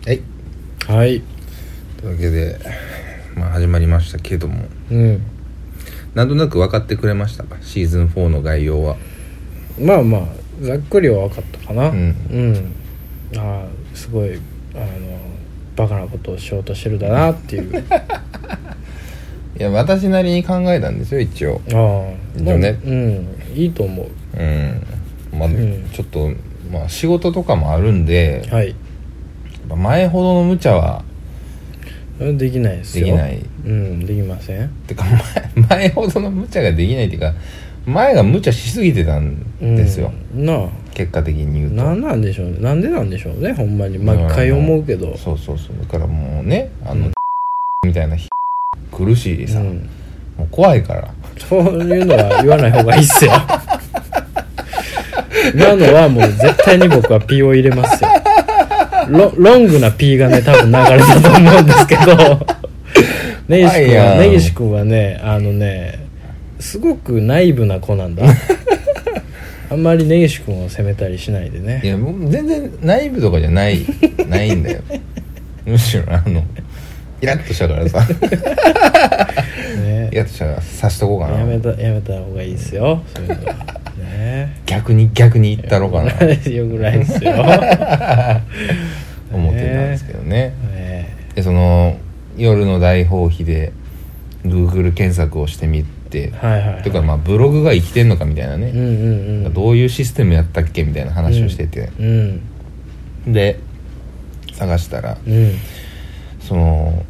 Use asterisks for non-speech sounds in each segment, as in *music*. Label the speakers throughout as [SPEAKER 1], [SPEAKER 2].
[SPEAKER 1] はい
[SPEAKER 2] はい
[SPEAKER 1] というわけで、まあ、始まりましたけども
[SPEAKER 2] うん
[SPEAKER 1] なんとなく分かってくれましたかシーズン4の概要は
[SPEAKER 2] まあまあざっくりは分かったかな
[SPEAKER 1] う
[SPEAKER 2] うんん、ああすごいあのバカなことをしようとしてるだなっていう
[SPEAKER 1] *laughs*
[SPEAKER 2] あ
[SPEAKER 1] いや私なりに考えたんですよ一応
[SPEAKER 2] あ
[SPEAKER 1] いいよね
[SPEAKER 2] うんいいと思う
[SPEAKER 1] うんまあ、
[SPEAKER 2] ん
[SPEAKER 1] ちょっとまあ仕事とかもあるんで、
[SPEAKER 2] はい
[SPEAKER 1] やっぱ前ほどの無茶は
[SPEAKER 2] できないですよ
[SPEAKER 1] できない
[SPEAKER 2] うんできません
[SPEAKER 1] てか *laughs* 前前ほどの無茶ができないっていうか前が無茶しすぎてたん
[SPEAKER 2] うん
[SPEAKER 1] ですよ、
[SPEAKER 2] なあ
[SPEAKER 1] 結果的に言うと
[SPEAKER 2] なんなんでしょうねなんでなんでしょうねほんまに毎回思うけど
[SPEAKER 1] そうそうそうだからもうねあの、
[SPEAKER 2] うん
[SPEAKER 1] みたいな日来るしさ、
[SPEAKER 2] うん
[SPEAKER 1] もう怖いから
[SPEAKER 2] そういうのは言わない方がいいっすよ今のはもう絶対に僕は P を入れますよロロングな P がね多分流れたと思うんです
[SPEAKER 1] *laughs*
[SPEAKER 2] けど根岸
[SPEAKER 1] 怖
[SPEAKER 2] 君
[SPEAKER 1] いや
[SPEAKER 2] は
[SPEAKER 1] ん
[SPEAKER 2] 根岸君はねあのねすごく内部な子なんだあんまり根岸君を責めたりしないで
[SPEAKER 1] い
[SPEAKER 2] ね
[SPEAKER 1] や僕全然内部とかじゃない
[SPEAKER 2] *laughs*
[SPEAKER 1] ないんだよむしろあのイラッとしたからさ
[SPEAKER 2] ね
[SPEAKER 1] イラッとしたからさしとこうか
[SPEAKER 2] やめ
[SPEAKER 1] な
[SPEAKER 2] たやめた方がいいですよそういうのはね *laughs*
[SPEAKER 1] 逆に逆に言ったろうかな
[SPEAKER 2] よぐらいです
[SPEAKER 1] *laughs*
[SPEAKER 2] よ
[SPEAKER 1] 思ってたんですけどね
[SPEAKER 2] ね
[SPEAKER 1] でその夜の大放棄で Google 検索をしてみて、
[SPEAKER 2] はいはい、はい、
[SPEAKER 1] というかまあブログが生きてんのかみたいな
[SPEAKER 2] うん
[SPEAKER 1] ね、
[SPEAKER 2] うんうん
[SPEAKER 1] どういうシステムやったっけみたいな話をしてて、
[SPEAKER 2] うん
[SPEAKER 1] で探したら
[SPEAKER 2] うん
[SPEAKER 1] その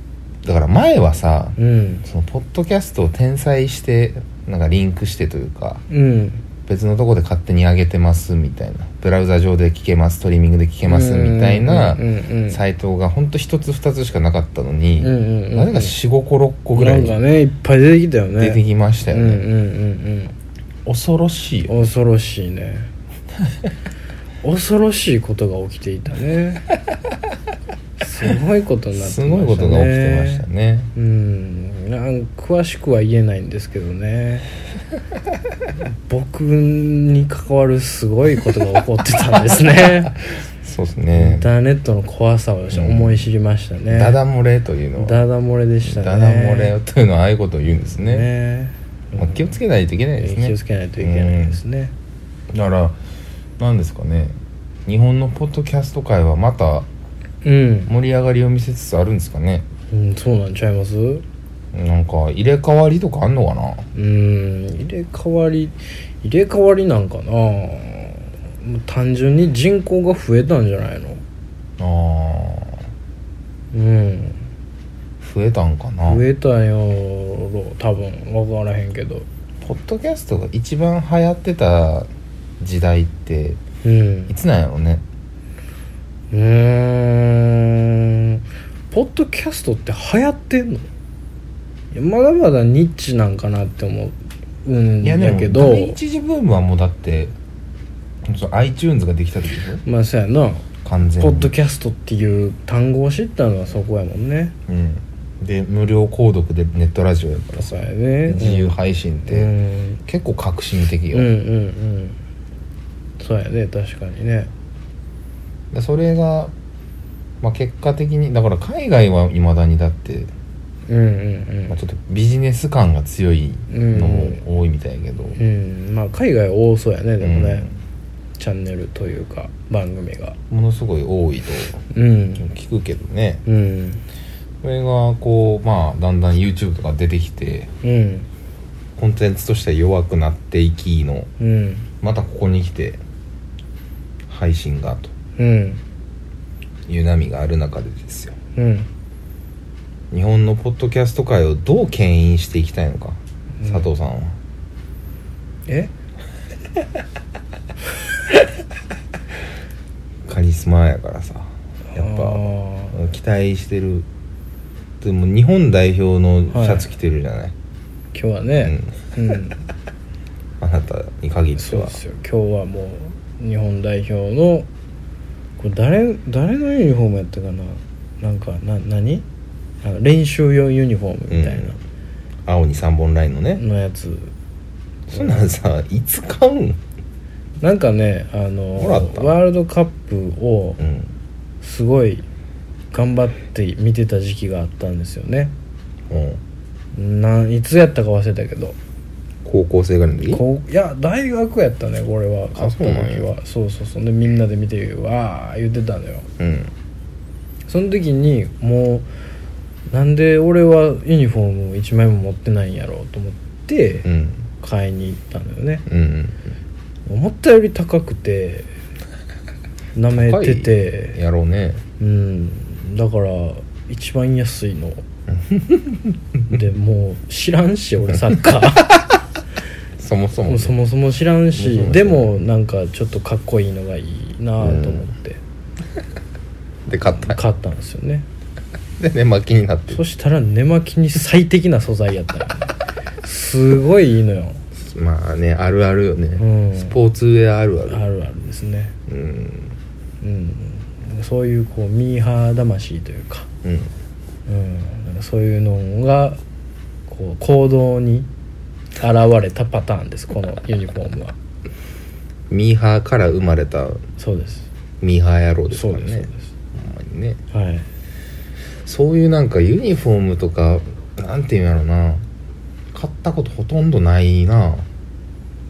[SPEAKER 1] だから前はさ、
[SPEAKER 2] うん
[SPEAKER 1] そのポッドキャストを転載してなんかリンクしてというか
[SPEAKER 2] うん
[SPEAKER 1] 別のとこで勝手に上げてますみたいなブラウザ上で聞けますストリーミングで聞けますみたいな
[SPEAKER 2] うんうんうん
[SPEAKER 1] サイトがほんと1つ2つしかなかったのに、
[SPEAKER 2] うんうんうん
[SPEAKER 1] なぜか45個6個ぐらい
[SPEAKER 2] なんかねいっぱい出てきたよね
[SPEAKER 1] 出てきましたよね
[SPEAKER 2] うんうん
[SPEAKER 1] 恐ろしい
[SPEAKER 2] うん
[SPEAKER 1] よ
[SPEAKER 2] うん恐ろしい
[SPEAKER 1] *laughs*
[SPEAKER 2] ね恐ろしいことが起きていたねすごいことになってました
[SPEAKER 1] す
[SPEAKER 2] ね
[SPEAKER 1] ごいことが起きてましたね
[SPEAKER 2] うんなん詳しくは言えないんですけどね僕に関わるすごいことが起こってたんですね
[SPEAKER 1] そうです
[SPEAKER 2] イ
[SPEAKER 1] *laughs* ね
[SPEAKER 2] ンターネットの怖さを思い知りましたね、
[SPEAKER 1] ダダ漏れというのは
[SPEAKER 2] ダダ漏れでしたね
[SPEAKER 1] ダダ漏れというのはああいうことを言うんですね
[SPEAKER 2] ね
[SPEAKER 1] まあ、気をつけないといけないですね
[SPEAKER 2] 気をつけないといけないですね、
[SPEAKER 1] うんだから何ですかね日本のポッドキャスト界はまた
[SPEAKER 2] うん、
[SPEAKER 1] 盛り上がりを見せつつあるんですかね
[SPEAKER 2] うん、そうなんちゃいますう
[SPEAKER 1] なんか入れ替わりとかあんのかなん
[SPEAKER 2] 入れ替わり入れ替わりなんかなもう単純に人口が増えたんじゃないの
[SPEAKER 1] あー
[SPEAKER 2] うん
[SPEAKER 1] 増えたんかな
[SPEAKER 2] 増えたんやろ多分分からへんけど
[SPEAKER 1] ポッドキャストが一番流行ってた時代って
[SPEAKER 2] うん
[SPEAKER 1] いつなんやろうね
[SPEAKER 2] うーんポッドキャストって流行ってんのいやまだまだニッチなんかなって思うん
[SPEAKER 1] いや
[SPEAKER 2] や
[SPEAKER 1] でも
[SPEAKER 2] けど
[SPEAKER 1] 第一次ブームはもうだってその iTunes ができた時でしょ
[SPEAKER 2] まあそうやな
[SPEAKER 1] 完全に
[SPEAKER 2] ポッドキャストっていう単語を知ったのはそこやもんね
[SPEAKER 1] うん、で無料購読でネットラジオやからさ
[SPEAKER 2] そうやね
[SPEAKER 1] 自由配信って、
[SPEAKER 2] うん
[SPEAKER 1] 結構革新的よ、
[SPEAKER 2] うんうんうんそうやね確かにね
[SPEAKER 1] でそれが、まあ、結果的にだから海外はいまだにだって、
[SPEAKER 2] うんうん
[SPEAKER 1] まあ、ちょっとビジネス感が強いのも多いみたいやけど、
[SPEAKER 2] うんうんまあ海外多そうやねでもね、
[SPEAKER 1] うん
[SPEAKER 2] チャンネルというか番組が
[SPEAKER 1] ものすごい多いと
[SPEAKER 2] うん
[SPEAKER 1] 聞くけどね
[SPEAKER 2] うん
[SPEAKER 1] それがこうまあだんだん YouTube とか出てきて
[SPEAKER 2] うん
[SPEAKER 1] コンテンツとしては弱くなっていきの
[SPEAKER 2] うん
[SPEAKER 1] またここに来て配信がと
[SPEAKER 2] うん
[SPEAKER 1] いう波がある中でですよ
[SPEAKER 2] うん
[SPEAKER 1] 日本のポッドキャスト界をどう牽引していきたいのか、
[SPEAKER 2] うん
[SPEAKER 1] 佐藤さんは
[SPEAKER 2] え
[SPEAKER 1] カリスマやからさやっ
[SPEAKER 2] あ
[SPEAKER 1] ぱ
[SPEAKER 2] ー
[SPEAKER 1] 期待してるでも日本代表のシャツ着てるじゃない、
[SPEAKER 2] 今日はねうん、
[SPEAKER 1] あなたに限って
[SPEAKER 2] そう
[SPEAKER 1] は
[SPEAKER 2] ですよ今日はもう日本代表のこれ誰誰のユニフォームやったかななんかな何あの練習用ユニフォームみたい
[SPEAKER 1] 青に3本ラインのね、
[SPEAKER 2] なのやつ、
[SPEAKER 1] そんなんさいつ買うん、
[SPEAKER 2] なんかねあの
[SPEAKER 1] もらった
[SPEAKER 2] ワールドカップを
[SPEAKER 1] うん、
[SPEAKER 2] すごい頑張って見てた時期があったんですよね
[SPEAKER 1] うん
[SPEAKER 2] なんいつやったか忘れたけど
[SPEAKER 1] 高校生ぐらいの時
[SPEAKER 2] こういや大学やったねこれは買
[SPEAKER 1] あ
[SPEAKER 2] った
[SPEAKER 1] そうなんや
[SPEAKER 2] 時はそうそうそうでみんなで見てうわー言ってたのよ
[SPEAKER 1] うん
[SPEAKER 2] その時にもうなんで俺はユニフォームを1枚も持ってないんやろうと思って
[SPEAKER 1] うん
[SPEAKER 2] 買いに行ったのよね
[SPEAKER 1] うん
[SPEAKER 2] 思ったより高くてなめて
[SPEAKER 1] うん
[SPEAKER 2] て
[SPEAKER 1] やろうね
[SPEAKER 2] うんだから一番安いのでもう知らんし俺サッカー
[SPEAKER 1] そもそも
[SPEAKER 2] もうそもそも知らんし
[SPEAKER 1] もうそう
[SPEAKER 2] でもなんかちょっとかっこいいのがいいなと思って
[SPEAKER 1] で買った
[SPEAKER 2] 買ったんですよね
[SPEAKER 1] でね巻きになって
[SPEAKER 2] そしたら寝巻きに最適な素材やったよねすごいいいのよ
[SPEAKER 1] まあねあるあるよね、
[SPEAKER 2] うん
[SPEAKER 1] スポーツウェアあるあ
[SPEAKER 2] あ
[SPEAKER 1] る
[SPEAKER 2] るあるですね
[SPEAKER 1] うん
[SPEAKER 2] うんそういうこうミーハー魂というか
[SPEAKER 1] うん
[SPEAKER 2] うん、なんかそういうのがこう行動に現れたパターンですこのユニフォームは
[SPEAKER 1] ミーハーから生まれた
[SPEAKER 2] そうです
[SPEAKER 1] ミーハー野郎です
[SPEAKER 2] そ
[SPEAKER 1] か
[SPEAKER 2] う
[SPEAKER 1] ら
[SPEAKER 2] ですそう
[SPEAKER 1] ね
[SPEAKER 2] です
[SPEAKER 1] ほんまにね
[SPEAKER 2] はい
[SPEAKER 1] そういうなんかユニフォームとかなんていうんやろうな買ったことほとんどないな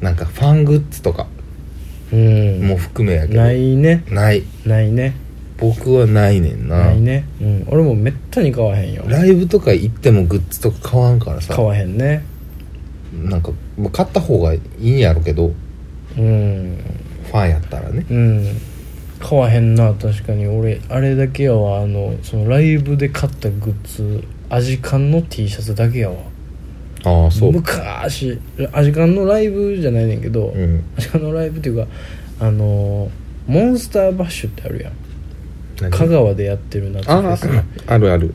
[SPEAKER 1] なんかファングッズとか
[SPEAKER 2] うん
[SPEAKER 1] も含めやけど、
[SPEAKER 2] ないね
[SPEAKER 1] ない
[SPEAKER 2] ないね
[SPEAKER 1] 僕はないねんな
[SPEAKER 2] ないね、うん、俺もめったに買わへんよ
[SPEAKER 1] ライブとか行ってもグッズとか買わんからさ
[SPEAKER 2] 買わへんね
[SPEAKER 1] なんかまあ買った方がいいんやろうけど
[SPEAKER 2] うん
[SPEAKER 1] ファンやったらね
[SPEAKER 2] うん買わへんな確かに俺あれだけやわあのそのライブで買ったグッズアジカンの T シャツだけやわ
[SPEAKER 1] ああそう
[SPEAKER 2] 昔アジカンのライブじゃないねんけど、
[SPEAKER 1] うん
[SPEAKER 2] アジカンのライブっていうかあのーモンスターバッシュってあるやん香川でやってる夏フ
[SPEAKER 1] あ
[SPEAKER 2] ェスあ
[SPEAKER 1] ああるある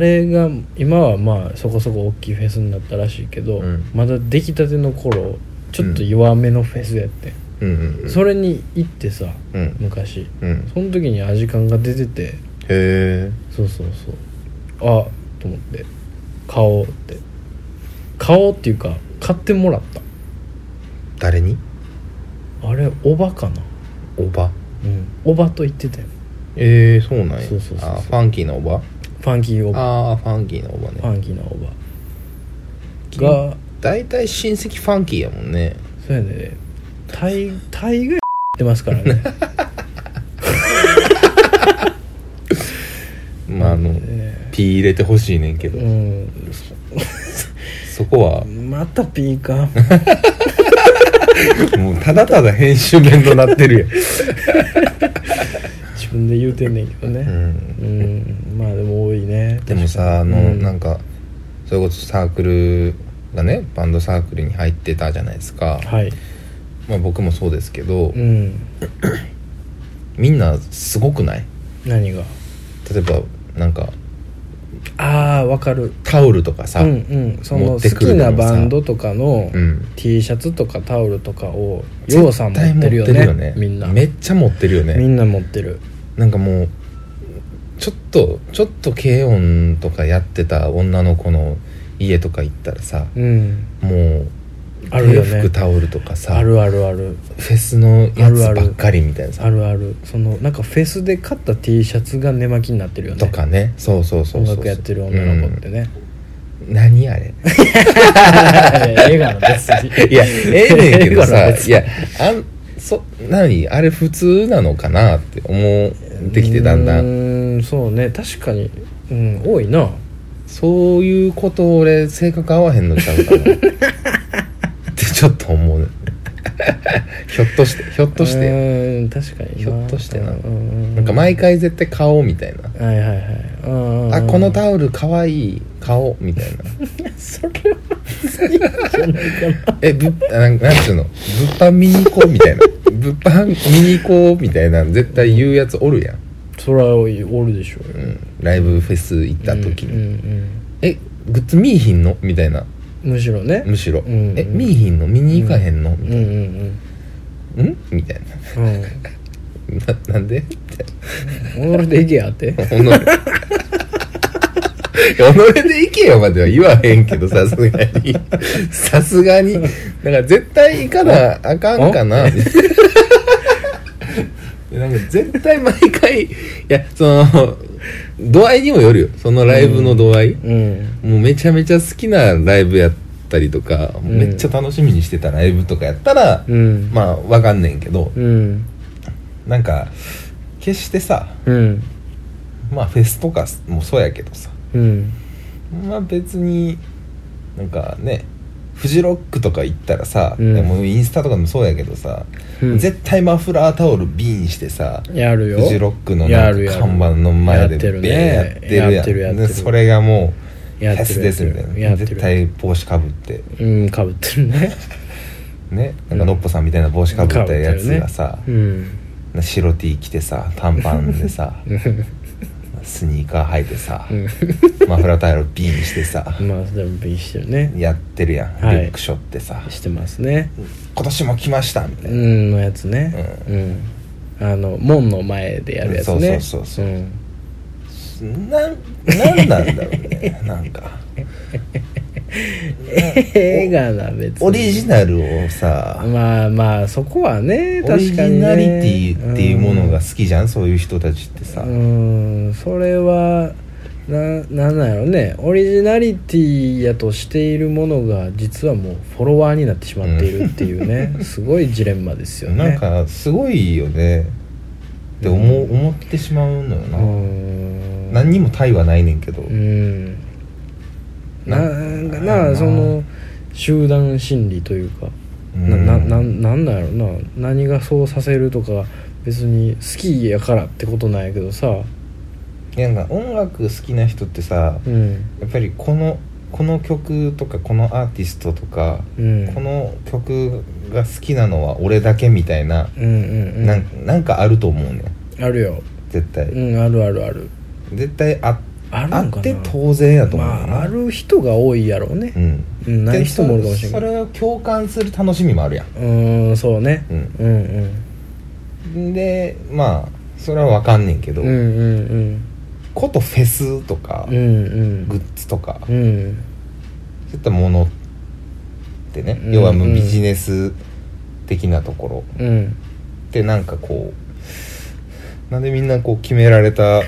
[SPEAKER 2] れが今はまあそこそこ大きいフェスになったらしいけど、
[SPEAKER 1] うん
[SPEAKER 2] まだ出来たての頃ちょっと弱めのフェスやって、
[SPEAKER 1] うんうんうん
[SPEAKER 2] それに行ってさ
[SPEAKER 1] うん
[SPEAKER 2] 昔
[SPEAKER 1] うん
[SPEAKER 2] その時にアジカンが出てて
[SPEAKER 1] へえ
[SPEAKER 2] そうそうそうあと思って買おうって買おうっていうか買ってもらった
[SPEAKER 1] 誰に
[SPEAKER 2] あれおばかな
[SPEAKER 1] おば
[SPEAKER 2] うんおばと言ってたよ
[SPEAKER 1] ええそうなんや
[SPEAKER 2] そうそうそうそう
[SPEAKER 1] あーファンキーなおば
[SPEAKER 2] ファンキーおば
[SPEAKER 1] ああファンキーなおば
[SPEAKER 2] ファ
[SPEAKER 1] ね
[SPEAKER 2] ンキーなおばが
[SPEAKER 1] 大体親戚ファンキーやもんね
[SPEAKER 2] そうやね大大概ってますか
[SPEAKER 1] *laughs*
[SPEAKER 2] らね
[SPEAKER 1] まああの
[SPEAKER 2] ね
[SPEAKER 1] ピー入れてほしいねんけど
[SPEAKER 2] うん
[SPEAKER 1] そこは
[SPEAKER 2] またピーカー
[SPEAKER 1] もうただただ編集弁となってる
[SPEAKER 2] 自分で言うてんねんけど *laughs*
[SPEAKER 1] やん、
[SPEAKER 2] ねうんまあでも多いね
[SPEAKER 1] でもさあの、
[SPEAKER 2] うん
[SPEAKER 1] なんかそれこそサークルがねバンドサークルに入ってたじゃないですか、
[SPEAKER 2] はい
[SPEAKER 1] まあ、僕もそうですけど、
[SPEAKER 2] うん
[SPEAKER 1] みんなすごくない
[SPEAKER 2] 何が
[SPEAKER 1] 例えばなんか
[SPEAKER 2] ああわかる
[SPEAKER 1] タオルとかさ、
[SPEAKER 2] うんうんその
[SPEAKER 1] 持っ
[SPEAKER 2] 好
[SPEAKER 1] てくる
[SPEAKER 2] き
[SPEAKER 1] のも
[SPEAKER 2] な
[SPEAKER 1] さ
[SPEAKER 2] バンドとかの
[SPEAKER 1] うん
[SPEAKER 2] T シャツとかタオルとかをようさん持ってるよ
[SPEAKER 1] 絶対
[SPEAKER 2] ね
[SPEAKER 1] 持ってるよね
[SPEAKER 2] みんな
[SPEAKER 1] めっちゃ持ってるよ
[SPEAKER 2] み
[SPEAKER 1] ね
[SPEAKER 2] んな持ってる
[SPEAKER 1] なんかもうちょっとちょっと軽音とかやってた女の子の家とか行ったらさ
[SPEAKER 2] うん
[SPEAKER 1] もう
[SPEAKER 2] あるよね
[SPEAKER 1] 制服タオルとかさ
[SPEAKER 2] あるあるある
[SPEAKER 1] フェスのやつ
[SPEAKER 2] あるあ
[SPEAKER 1] ば
[SPEAKER 2] る
[SPEAKER 1] っかりみたいなさ
[SPEAKER 2] あるあるそのなんかフェスで買った T シャツが寝巻きになってるよね
[SPEAKER 1] とかねそうそうそう
[SPEAKER 2] 音
[SPEAKER 1] そう
[SPEAKER 2] 楽やってる女の子ってね、
[SPEAKER 1] うん何あ
[SPEAKER 2] *laughs*
[SPEAKER 1] れ
[SPEAKER 2] 映画の別に
[SPEAKER 1] いやええねんけどさ
[SPEAKER 2] 映画の別
[SPEAKER 1] い
[SPEAKER 2] に
[SPEAKER 1] やあんそ何あれ普通なのかなって思ってきてだんだ
[SPEAKER 2] うんーんそうね確かに、うん、多いな
[SPEAKER 1] そういうこと俺性格合わへんのちゃうか
[SPEAKER 2] *laughs*
[SPEAKER 1] なってちょっと思うねひょっとしてひょっとして
[SPEAKER 2] うん確かに
[SPEAKER 1] ひょっとしてな
[SPEAKER 2] うん
[SPEAKER 1] なんか毎回絶対買おうみたいな
[SPEAKER 2] はいはいはいうんうん
[SPEAKER 1] あこのタオルかわいい買おうみたいな
[SPEAKER 2] *laughs* それは別にいいんじゃないかな
[SPEAKER 1] えぶなんなんつうの物販見に行こうみたい
[SPEAKER 2] *laughs*
[SPEAKER 1] な物販見に行こうみたいな絶対言うやつおるやん、
[SPEAKER 2] それはおるでしょう
[SPEAKER 1] う
[SPEAKER 2] よ
[SPEAKER 1] ん、ライブフェス行った時に、
[SPEAKER 2] うん
[SPEAKER 1] えグッズ見いひんのみたいな
[SPEAKER 2] うんむしろね
[SPEAKER 1] むしろ、
[SPEAKER 2] うん
[SPEAKER 1] え見いひんの見に行かへんの、
[SPEAKER 2] うんうん
[SPEAKER 1] うん、みたい
[SPEAKER 2] うんうん
[SPEAKER 1] なななんでみたいな
[SPEAKER 2] 俺で行けやって
[SPEAKER 1] 己己で行けよまでは言わへんけどさすがにさすがにだから絶対行かなあかんか *laughs* ななんか絶対毎回いやその度合いにもよるよそのライブの度合い、
[SPEAKER 2] うん
[SPEAKER 1] もうめちゃめちゃ好きなライブやったりとか、もうめっちゃ楽しみにしてたライブとかやったら、
[SPEAKER 2] うん
[SPEAKER 1] まあわかんねんけど
[SPEAKER 2] うん
[SPEAKER 1] なんか決してさ
[SPEAKER 2] うん
[SPEAKER 1] まあフェスとかもそうやけどさ
[SPEAKER 2] うん
[SPEAKER 1] まあ別になんかねフジロックとか行ったらさ、
[SPEAKER 2] うん
[SPEAKER 1] でもインスタとかもそうやけどさ、
[SPEAKER 2] うん
[SPEAKER 1] 絶対マフラータオルビンしてさ
[SPEAKER 2] やるよ
[SPEAKER 1] フジロックのな
[SPEAKER 2] や
[SPEAKER 1] ん
[SPEAKER 2] る
[SPEAKER 1] か
[SPEAKER 2] やる
[SPEAKER 1] 看板の前で
[SPEAKER 2] やってる
[SPEAKER 1] ベーやって
[SPEAKER 2] ね
[SPEAKER 1] るやん
[SPEAKER 2] やってるやってる
[SPEAKER 1] でそれがもうフ
[SPEAKER 2] やって
[SPEAKER 1] ェ
[SPEAKER 2] る
[SPEAKER 1] スですみたい
[SPEAKER 2] や
[SPEAKER 1] な
[SPEAKER 2] ってる
[SPEAKER 1] 絶対帽子かぶって
[SPEAKER 2] うんかぶってるね
[SPEAKER 1] ね
[SPEAKER 2] う
[SPEAKER 1] なんんかのっぽさんみたいな帽子かぶったやつがさ、
[SPEAKER 2] うん
[SPEAKER 1] 白 T 着てさ短パンでさスニーカー履いてさ、マフラータオルビンしてさ、
[SPEAKER 2] まあでもビンしてるね
[SPEAKER 1] やってるやん、
[SPEAKER 2] はい
[SPEAKER 1] リュックショってさ
[SPEAKER 2] してますね
[SPEAKER 1] 今年も来ましたみた
[SPEAKER 2] う
[SPEAKER 1] いな、
[SPEAKER 2] んのやつねうんあの門の前でやるやつね
[SPEAKER 1] うんそうそうそうそうんなんなんなんだろうねなん
[SPEAKER 2] *laughs*
[SPEAKER 1] か
[SPEAKER 2] 映画な別に
[SPEAKER 1] オリジナルをさ、
[SPEAKER 2] まあまあそこはね
[SPEAKER 1] オリ
[SPEAKER 2] 確
[SPEAKER 1] ジ
[SPEAKER 2] かにね
[SPEAKER 1] ナリティっていうものが好きじゃん、そういう人たちってさ、
[SPEAKER 2] うんそれはななんなんやろねオリジナリティやとしているものが実はもうフォロワーになってしまっているっていうね、
[SPEAKER 1] *laughs*
[SPEAKER 2] すごいジレンマですよね
[SPEAKER 1] なんかすごいよねって思,、う思ってしまうのよ
[SPEAKER 2] う
[SPEAKER 1] な、
[SPEAKER 2] ん
[SPEAKER 1] 何にも対はないねんけど、
[SPEAKER 2] うんななんかな
[SPEAKER 1] な
[SPEAKER 2] その集団心理というか、
[SPEAKER 1] うん
[SPEAKER 2] なななんなんだろうな何がそうさせるとか別に好きやからってことなんやけどさ
[SPEAKER 1] なんか音楽好きな人ってさ、
[SPEAKER 2] うん
[SPEAKER 1] やっぱりこのこの曲とかこのアーティストとか、
[SPEAKER 2] うん
[SPEAKER 1] この曲が好きなのは俺だけみたいな、
[SPEAKER 2] うんうんうん
[SPEAKER 1] なんなんかあると思うね
[SPEAKER 2] あるよ
[SPEAKER 1] 絶対、
[SPEAKER 2] うんあるあるある
[SPEAKER 1] 絶対あ
[SPEAKER 2] あるんか
[SPEAKER 1] あ
[SPEAKER 2] な
[SPEAKER 1] って当然やと思う
[SPEAKER 2] ま
[SPEAKER 1] よな、
[SPEAKER 2] あある人が多いやろうね
[SPEAKER 1] うん
[SPEAKER 2] うんない人もおるかもしれんけ
[SPEAKER 1] そ
[SPEAKER 2] ど
[SPEAKER 1] れを共感する楽しみもあるやん
[SPEAKER 2] うーんそうね
[SPEAKER 1] う
[SPEAKER 2] うんうん
[SPEAKER 1] んでまあそれはわかんねんけど、
[SPEAKER 2] うんうん
[SPEAKER 1] ことフェスとか、
[SPEAKER 2] うんうん
[SPEAKER 1] グッズとか、
[SPEAKER 2] うんうん
[SPEAKER 1] そういったものってね、
[SPEAKER 2] うん
[SPEAKER 1] 要はもうビジネス的なところ
[SPEAKER 2] う
[SPEAKER 1] っ
[SPEAKER 2] ん
[SPEAKER 1] てなんかこうなんでみんなこう決められた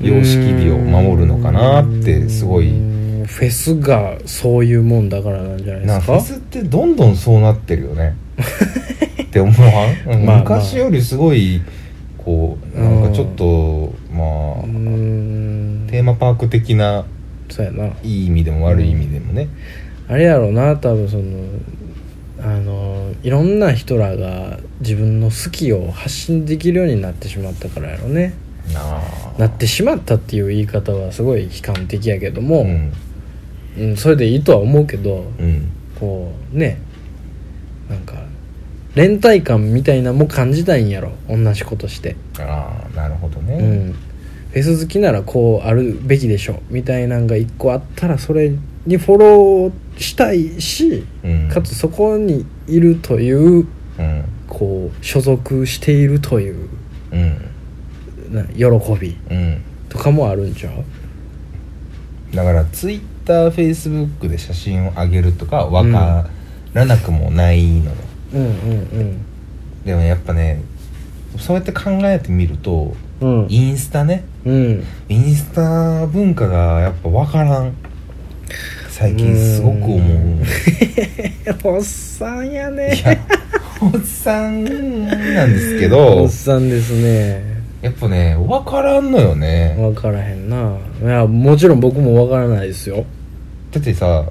[SPEAKER 1] 様式美を守るのかなってすごい
[SPEAKER 2] うんフェスがそういうもんだからなんじゃないで
[SPEAKER 1] なフ
[SPEAKER 2] すか
[SPEAKER 1] ェスってどんどんそうなってるよ
[SPEAKER 2] *laughs*
[SPEAKER 1] ねって思わん、
[SPEAKER 2] まあまあ
[SPEAKER 1] 昔よりすごいこうなんかちょっとま
[SPEAKER 2] う
[SPEAKER 1] あ
[SPEAKER 2] ん
[SPEAKER 1] テーマパーク的な
[SPEAKER 2] そうやない
[SPEAKER 1] い意味でも悪い意味でもね、
[SPEAKER 2] あれやろうな多分そのあのいろんな人らが自分の好きを発信できるようになってしまったからやろね
[SPEAKER 1] なあ
[SPEAKER 2] なってしまったっていう言い方はすごい悲観的やけども、
[SPEAKER 1] う
[SPEAKER 2] うん
[SPEAKER 1] ん
[SPEAKER 2] それでいいとは思うけど
[SPEAKER 1] うん
[SPEAKER 2] こうねなんか連帯感みたいなも感じたいんやろ同じことして、
[SPEAKER 1] ああなるほどね、
[SPEAKER 2] うん、フェス好きならこうあるべきでしょみたいなんが一個あったらそれにフォローしたいし
[SPEAKER 1] うん
[SPEAKER 2] かつそこにいるという
[SPEAKER 1] うん
[SPEAKER 2] こう所属しているという
[SPEAKER 1] うん
[SPEAKER 2] な喜び
[SPEAKER 1] うん
[SPEAKER 2] とかもあるんちゃう
[SPEAKER 1] だからツイッターフェイスブックで写真を上げるとかわからなくもないのよ、
[SPEAKER 2] うんうん
[SPEAKER 1] でもやっぱねそうやって考えてみると
[SPEAKER 2] うんうん
[SPEAKER 1] インスタね
[SPEAKER 2] うん
[SPEAKER 1] インスタ文化がやっぱわからん最近すごく思う
[SPEAKER 2] うん
[SPEAKER 1] い
[SPEAKER 2] おっさんやね
[SPEAKER 1] やおっさんなんですけ
[SPEAKER 2] お
[SPEAKER 1] ど
[SPEAKER 2] っさんですね
[SPEAKER 1] やっぱねわからんのよね
[SPEAKER 2] 分からへんないやもちろん僕も分からないですよ
[SPEAKER 1] だってさ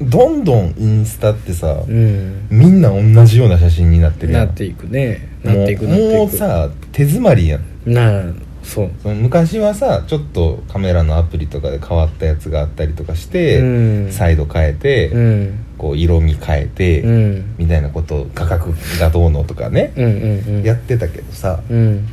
[SPEAKER 1] どんどんインスタってさ
[SPEAKER 2] うん
[SPEAKER 1] みんな同じような写真になってるや
[SPEAKER 2] なんっていくねな
[SPEAKER 1] も
[SPEAKER 2] っ
[SPEAKER 1] う
[SPEAKER 2] ていくなっていく
[SPEAKER 1] もうさ手詰まりやん
[SPEAKER 2] なあそう
[SPEAKER 1] その昔はさちょっとカメラのアプリとかで変わったやつがあったりとかして、
[SPEAKER 2] うん
[SPEAKER 1] サイド変えて、
[SPEAKER 2] うん
[SPEAKER 1] こう色味変えて、
[SPEAKER 2] うんうん
[SPEAKER 1] みたいなこと価格がどうのとかね、
[SPEAKER 2] うんうん
[SPEAKER 1] やってたけどさ
[SPEAKER 2] うん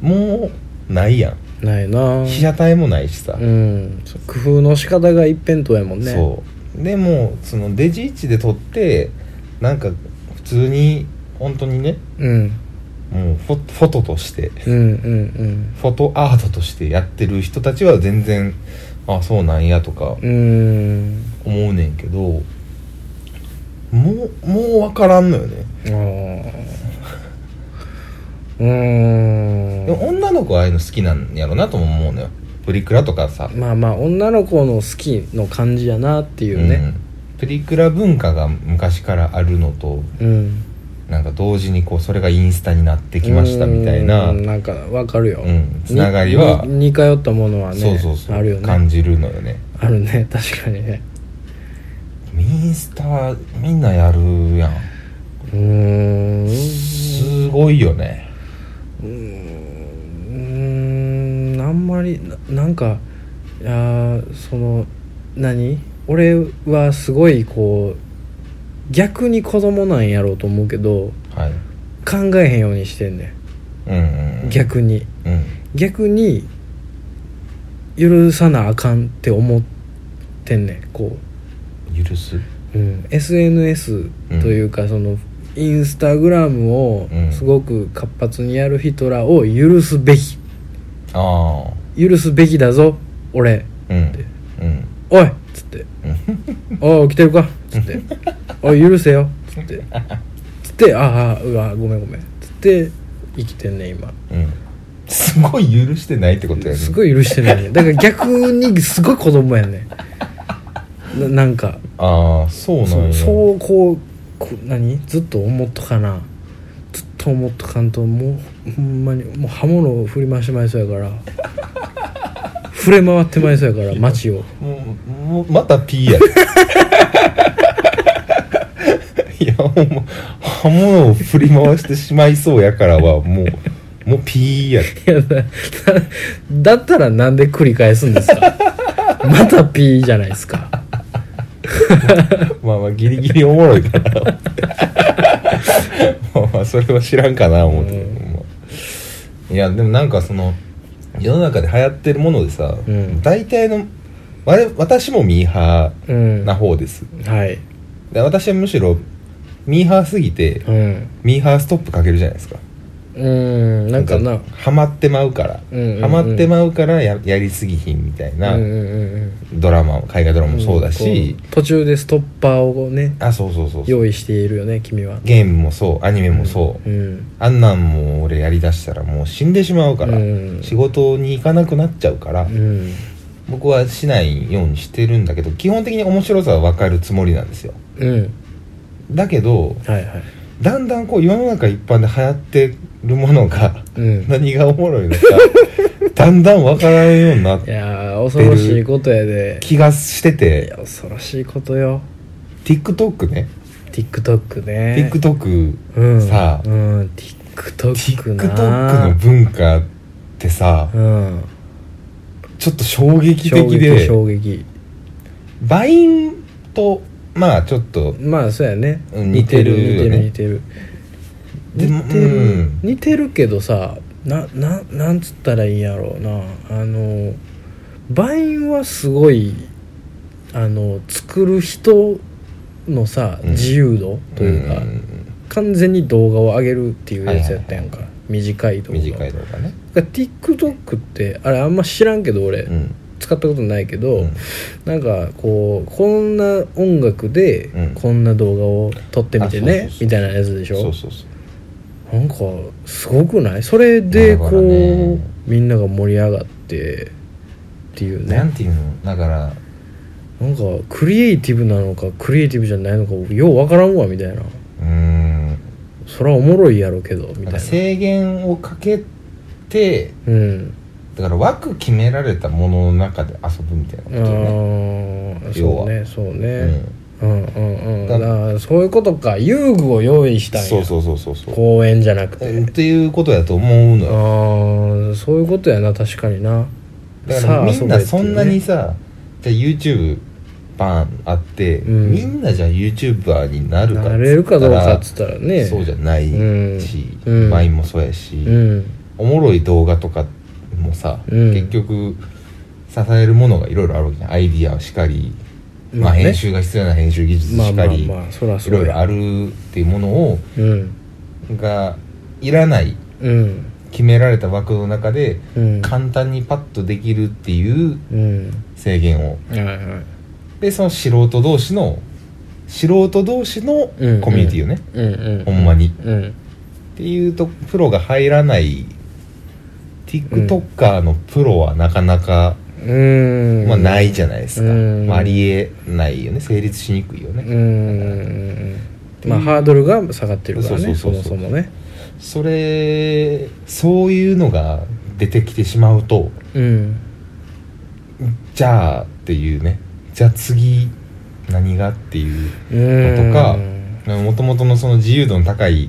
[SPEAKER 1] もうないやん
[SPEAKER 2] ないな
[SPEAKER 1] 被写体もないしさ、
[SPEAKER 2] うんそう工夫の仕方が一辺倒やもんね
[SPEAKER 1] そうでもそのデジイチで撮ってなんか普通に本当にね
[SPEAKER 2] うん
[SPEAKER 1] もうフォフォトとして
[SPEAKER 2] うんうん
[SPEAKER 1] フォトアートとしてやってる人たちは全然あそうなんやとか
[SPEAKER 2] うんうん
[SPEAKER 1] 思うねんけどもうもう分からんのよね
[SPEAKER 2] あーううーん
[SPEAKER 1] でも女の子はああいうの好きなんやろなとも思うのよプリクラとかさ、
[SPEAKER 2] まあまあ女の子の好きの感じやなっていうね
[SPEAKER 1] うんプリクラ文化が昔からあるのと
[SPEAKER 2] うん、
[SPEAKER 1] なんか同時にこうそれがインスタになってきましたみたいな、
[SPEAKER 2] うんなんかわかるよ、
[SPEAKER 1] うんつながりは
[SPEAKER 2] にに似通ったものはね
[SPEAKER 1] そうそうそう
[SPEAKER 2] あるよね
[SPEAKER 1] 感じるのよね
[SPEAKER 2] あるね *laughs* 確かにね
[SPEAKER 1] インスタはみんなやるやん
[SPEAKER 2] うーん
[SPEAKER 1] すごいよね
[SPEAKER 2] うーんあんまりななんかいやーその何俺はすごいこう逆に子供なんやろうと思うけど
[SPEAKER 1] はい
[SPEAKER 2] 考えへんようにしてんね
[SPEAKER 1] うんうんうん
[SPEAKER 2] ん逆に
[SPEAKER 1] うん
[SPEAKER 2] 逆に許さなあかんって思ってんねんこ
[SPEAKER 1] 許す
[SPEAKER 2] う、うん、SNS というか、そのインスタグラムを
[SPEAKER 1] うん
[SPEAKER 2] すごく活発にやる人らを許すべき
[SPEAKER 1] ああ
[SPEAKER 2] 許すべきだぞ俺
[SPEAKER 1] うん
[SPEAKER 2] で
[SPEAKER 1] うん
[SPEAKER 2] おいっつって「おい起きてるか」っつって「おい許せよ」っつってつって「ああうわごめんごめん」っつって生きてんねん今
[SPEAKER 1] うんすごい許してないってことやね
[SPEAKER 2] すごい許してないねだから逆にすごい子供やねななんか
[SPEAKER 1] ああそうなん
[SPEAKER 2] そ
[SPEAKER 1] や
[SPEAKER 2] そうこうこう何ずっと思っとかなずっと思っとかんともうほんまにもう刃物を振り回してまいそうやから
[SPEAKER 1] *laughs*
[SPEAKER 2] 触れ回ってまいそうやから街を
[SPEAKER 1] もうもうまた P *laughs* やでいやもう刃物を振り回してしまいそうやからはもうもう P やで
[SPEAKER 2] いやだだだったらなんで繰り返す
[SPEAKER 1] *laughs*
[SPEAKER 2] んですかまたピーじゃないですか
[SPEAKER 1] まあまあギリギリおもろいかな *laughs* まあまあそれは知らんかな思って、
[SPEAKER 2] うん
[SPEAKER 1] まあいやでもなんかその世の中で流行ってるものでさ、
[SPEAKER 2] うん
[SPEAKER 1] 大体のわれ私もミーハ
[SPEAKER 2] う
[SPEAKER 1] ー
[SPEAKER 2] ん
[SPEAKER 1] な
[SPEAKER 2] は
[SPEAKER 1] 方です
[SPEAKER 2] い
[SPEAKER 1] で私はむしろミーハーすぎて
[SPEAKER 2] うん
[SPEAKER 1] ミーハーストップかけるじゃないですか
[SPEAKER 2] うんなんかな
[SPEAKER 1] ハマってまうから、
[SPEAKER 2] うんうんうん
[SPEAKER 1] ハマってまうからややりすぎひんみたいな、
[SPEAKER 2] うんうんうん
[SPEAKER 1] ドラマ海外ドラ
[SPEAKER 2] う
[SPEAKER 1] マ
[SPEAKER 2] ん
[SPEAKER 1] もそうだし
[SPEAKER 2] こ、う途中でストッパーをね
[SPEAKER 1] あそうそうそうそう
[SPEAKER 2] 用意しているよね君は
[SPEAKER 1] ゲームもそうアニメもそう、
[SPEAKER 2] うん
[SPEAKER 1] あんなんも俺やりだしたらもう死んでしまうから、
[SPEAKER 2] うん
[SPEAKER 1] 仕事に行かなくなっちゃうから、
[SPEAKER 2] うん
[SPEAKER 1] 僕はしないようにしてるんだけど基本的に面白さは分かるつもりなんですよ
[SPEAKER 2] うん
[SPEAKER 1] だけど
[SPEAKER 2] はいはい
[SPEAKER 1] だんだんこう世の中一般で流行ってるものが *laughs*
[SPEAKER 2] うん
[SPEAKER 1] 何がおもろいのか
[SPEAKER 2] *laughs*
[SPEAKER 1] だんだん分からんようにない
[SPEAKER 2] やー恐ろしいことやで
[SPEAKER 1] 気がして
[SPEAKER 2] いや
[SPEAKER 1] て
[SPEAKER 2] 恐ろしいことよ
[SPEAKER 1] TikTok ね
[SPEAKER 2] TikTok ね
[SPEAKER 1] TikTok
[SPEAKER 2] うん
[SPEAKER 1] さあ
[SPEAKER 2] うん TikTok な
[SPEAKER 1] TikTok の文化ってさ
[SPEAKER 2] うん
[SPEAKER 1] ちょっと衝撃
[SPEAKER 2] 衝
[SPEAKER 1] 的
[SPEAKER 2] 撃
[SPEAKER 1] で
[SPEAKER 2] 衝撃
[SPEAKER 1] LINE とまあちょっと
[SPEAKER 2] まあそうやね
[SPEAKER 1] うん似てるよね
[SPEAKER 2] 似てる
[SPEAKER 1] で
[SPEAKER 2] 似
[SPEAKER 1] も
[SPEAKER 2] てる似てる、
[SPEAKER 1] うん
[SPEAKER 2] 似てるけどさなななんつったらいいんやろうなあのバインはすごいあの作る人のさ
[SPEAKER 1] うん
[SPEAKER 2] 自由度というか、
[SPEAKER 1] ん
[SPEAKER 2] 完全に動画を上げるっていうやつやったやんか、短い動画
[SPEAKER 1] 短い動画ね
[SPEAKER 2] だから TikTok ってあれあんま知らんけど俺、
[SPEAKER 1] うん
[SPEAKER 2] 使ったことないけど、
[SPEAKER 1] うん
[SPEAKER 2] なんかこうこんな音楽で
[SPEAKER 1] うん
[SPEAKER 2] こんな動画を撮ってみて
[SPEAKER 1] あそう
[SPEAKER 2] ね
[SPEAKER 1] そうそう
[SPEAKER 2] みたいなやつでしょ
[SPEAKER 1] そうそうそう
[SPEAKER 2] なんかすごくないそれでこ
[SPEAKER 1] なるほど
[SPEAKER 2] う、
[SPEAKER 1] ね
[SPEAKER 2] みんなが盛り上がってっていうね
[SPEAKER 1] な
[SPEAKER 2] なん
[SPEAKER 1] ていうのだから
[SPEAKER 2] んかクリエイティブなのかクリエイティブじゃないのかようわからんわみたいな
[SPEAKER 1] うーん
[SPEAKER 2] それはおもろいやろうけどみ
[SPEAKER 1] な
[SPEAKER 2] た
[SPEAKER 1] ん
[SPEAKER 2] いな
[SPEAKER 1] か制限をかけて
[SPEAKER 2] うん
[SPEAKER 1] だから枠決められたものの中で遊ぶみたいなこ
[SPEAKER 2] あ
[SPEAKER 1] とね
[SPEAKER 2] ー
[SPEAKER 1] 要
[SPEAKER 2] そう
[SPEAKER 1] は
[SPEAKER 2] ねそう
[SPEAKER 1] う
[SPEAKER 2] ね、
[SPEAKER 1] ん
[SPEAKER 2] うん、うんうん
[SPEAKER 1] だ
[SPEAKER 2] うんそういうことか遊具を用意したんや
[SPEAKER 1] そうそうそうそうそう
[SPEAKER 2] 公園じゃなくて、
[SPEAKER 1] うんっていうことだと思うのよ
[SPEAKER 2] ああそういうことやな確かにな
[SPEAKER 1] だからみんな
[SPEAKER 2] さ
[SPEAKER 1] そ
[SPEAKER 2] あ遊べっていうん
[SPEAKER 1] なにさじゃあ YouTube バーンあって、
[SPEAKER 2] うん
[SPEAKER 1] みんなじゃあ YouTuber になるかっつった
[SPEAKER 2] な
[SPEAKER 1] ら
[SPEAKER 2] れるかどうかっつったらね
[SPEAKER 1] そうじゃないし、
[SPEAKER 2] うん
[SPEAKER 1] ワインもそうやし、
[SPEAKER 2] うん
[SPEAKER 1] おもろい動画とかもさ、
[SPEAKER 2] うん
[SPEAKER 1] 結局支えるものがいろいろあるわけじゃんアイディアしかり、ま
[SPEAKER 2] ま
[SPEAKER 1] あ
[SPEAKER 2] あね
[SPEAKER 1] 編集が必要な編集技術
[SPEAKER 2] まあ
[SPEAKER 1] し
[SPEAKER 2] ま
[SPEAKER 1] か
[SPEAKER 2] あ
[SPEAKER 1] り、
[SPEAKER 2] まあそらそ
[SPEAKER 1] いう
[SPEAKER 2] や
[SPEAKER 1] ろいろあるっていうものを
[SPEAKER 2] うん
[SPEAKER 1] がいらない
[SPEAKER 2] うん
[SPEAKER 1] 決められた枠の中で
[SPEAKER 2] うん
[SPEAKER 1] 簡単にパッとできるっていう
[SPEAKER 2] うん
[SPEAKER 1] 制限を
[SPEAKER 2] はいはい
[SPEAKER 1] でその素人同士の素人同士のコミュニティをね、
[SPEAKER 2] うんうん
[SPEAKER 1] ほんまに
[SPEAKER 2] うん
[SPEAKER 1] っていうとプロが入らない TikToker のプロはなかなか、
[SPEAKER 2] うーん
[SPEAKER 1] まあ、ないじゃないですか、
[SPEAKER 2] うん
[SPEAKER 1] まあ、ありえないよね成立しにくいよね、
[SPEAKER 2] うーんまあハードルが下がってるからね
[SPEAKER 1] そ
[SPEAKER 2] そう
[SPEAKER 1] そうそうそう
[SPEAKER 2] もそもね
[SPEAKER 1] それそういうのが出てきてしまうと
[SPEAKER 2] うん
[SPEAKER 1] じゃあっていうねじゃあ次何がっていう
[SPEAKER 2] うーん
[SPEAKER 1] とかもともとのその自由度の高い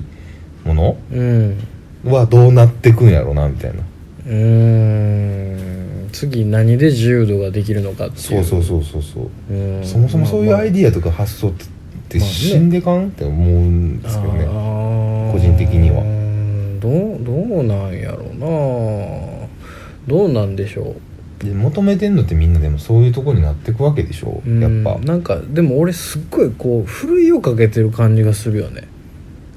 [SPEAKER 1] もの
[SPEAKER 2] うん
[SPEAKER 1] はどうなってくんやろうなみたいな
[SPEAKER 2] うーん次何で自由度ができるのかってい
[SPEAKER 1] そううそうそうそうそう
[SPEAKER 2] うーん
[SPEAKER 1] そもそもそういう
[SPEAKER 2] まあ
[SPEAKER 1] アイディアとか発想って
[SPEAKER 2] まあね
[SPEAKER 1] 死んでかんって思うんですけどね、
[SPEAKER 2] あー
[SPEAKER 1] 個人的には
[SPEAKER 2] うんどうどうなんやろうなどうなんでしょ
[SPEAKER 1] で求めてんのってみんなでもそういうとこになってくわけでしょ
[SPEAKER 2] ううん
[SPEAKER 1] やっぱ
[SPEAKER 2] なんかでも俺すっごいこうふるいをかけてる感じがするよね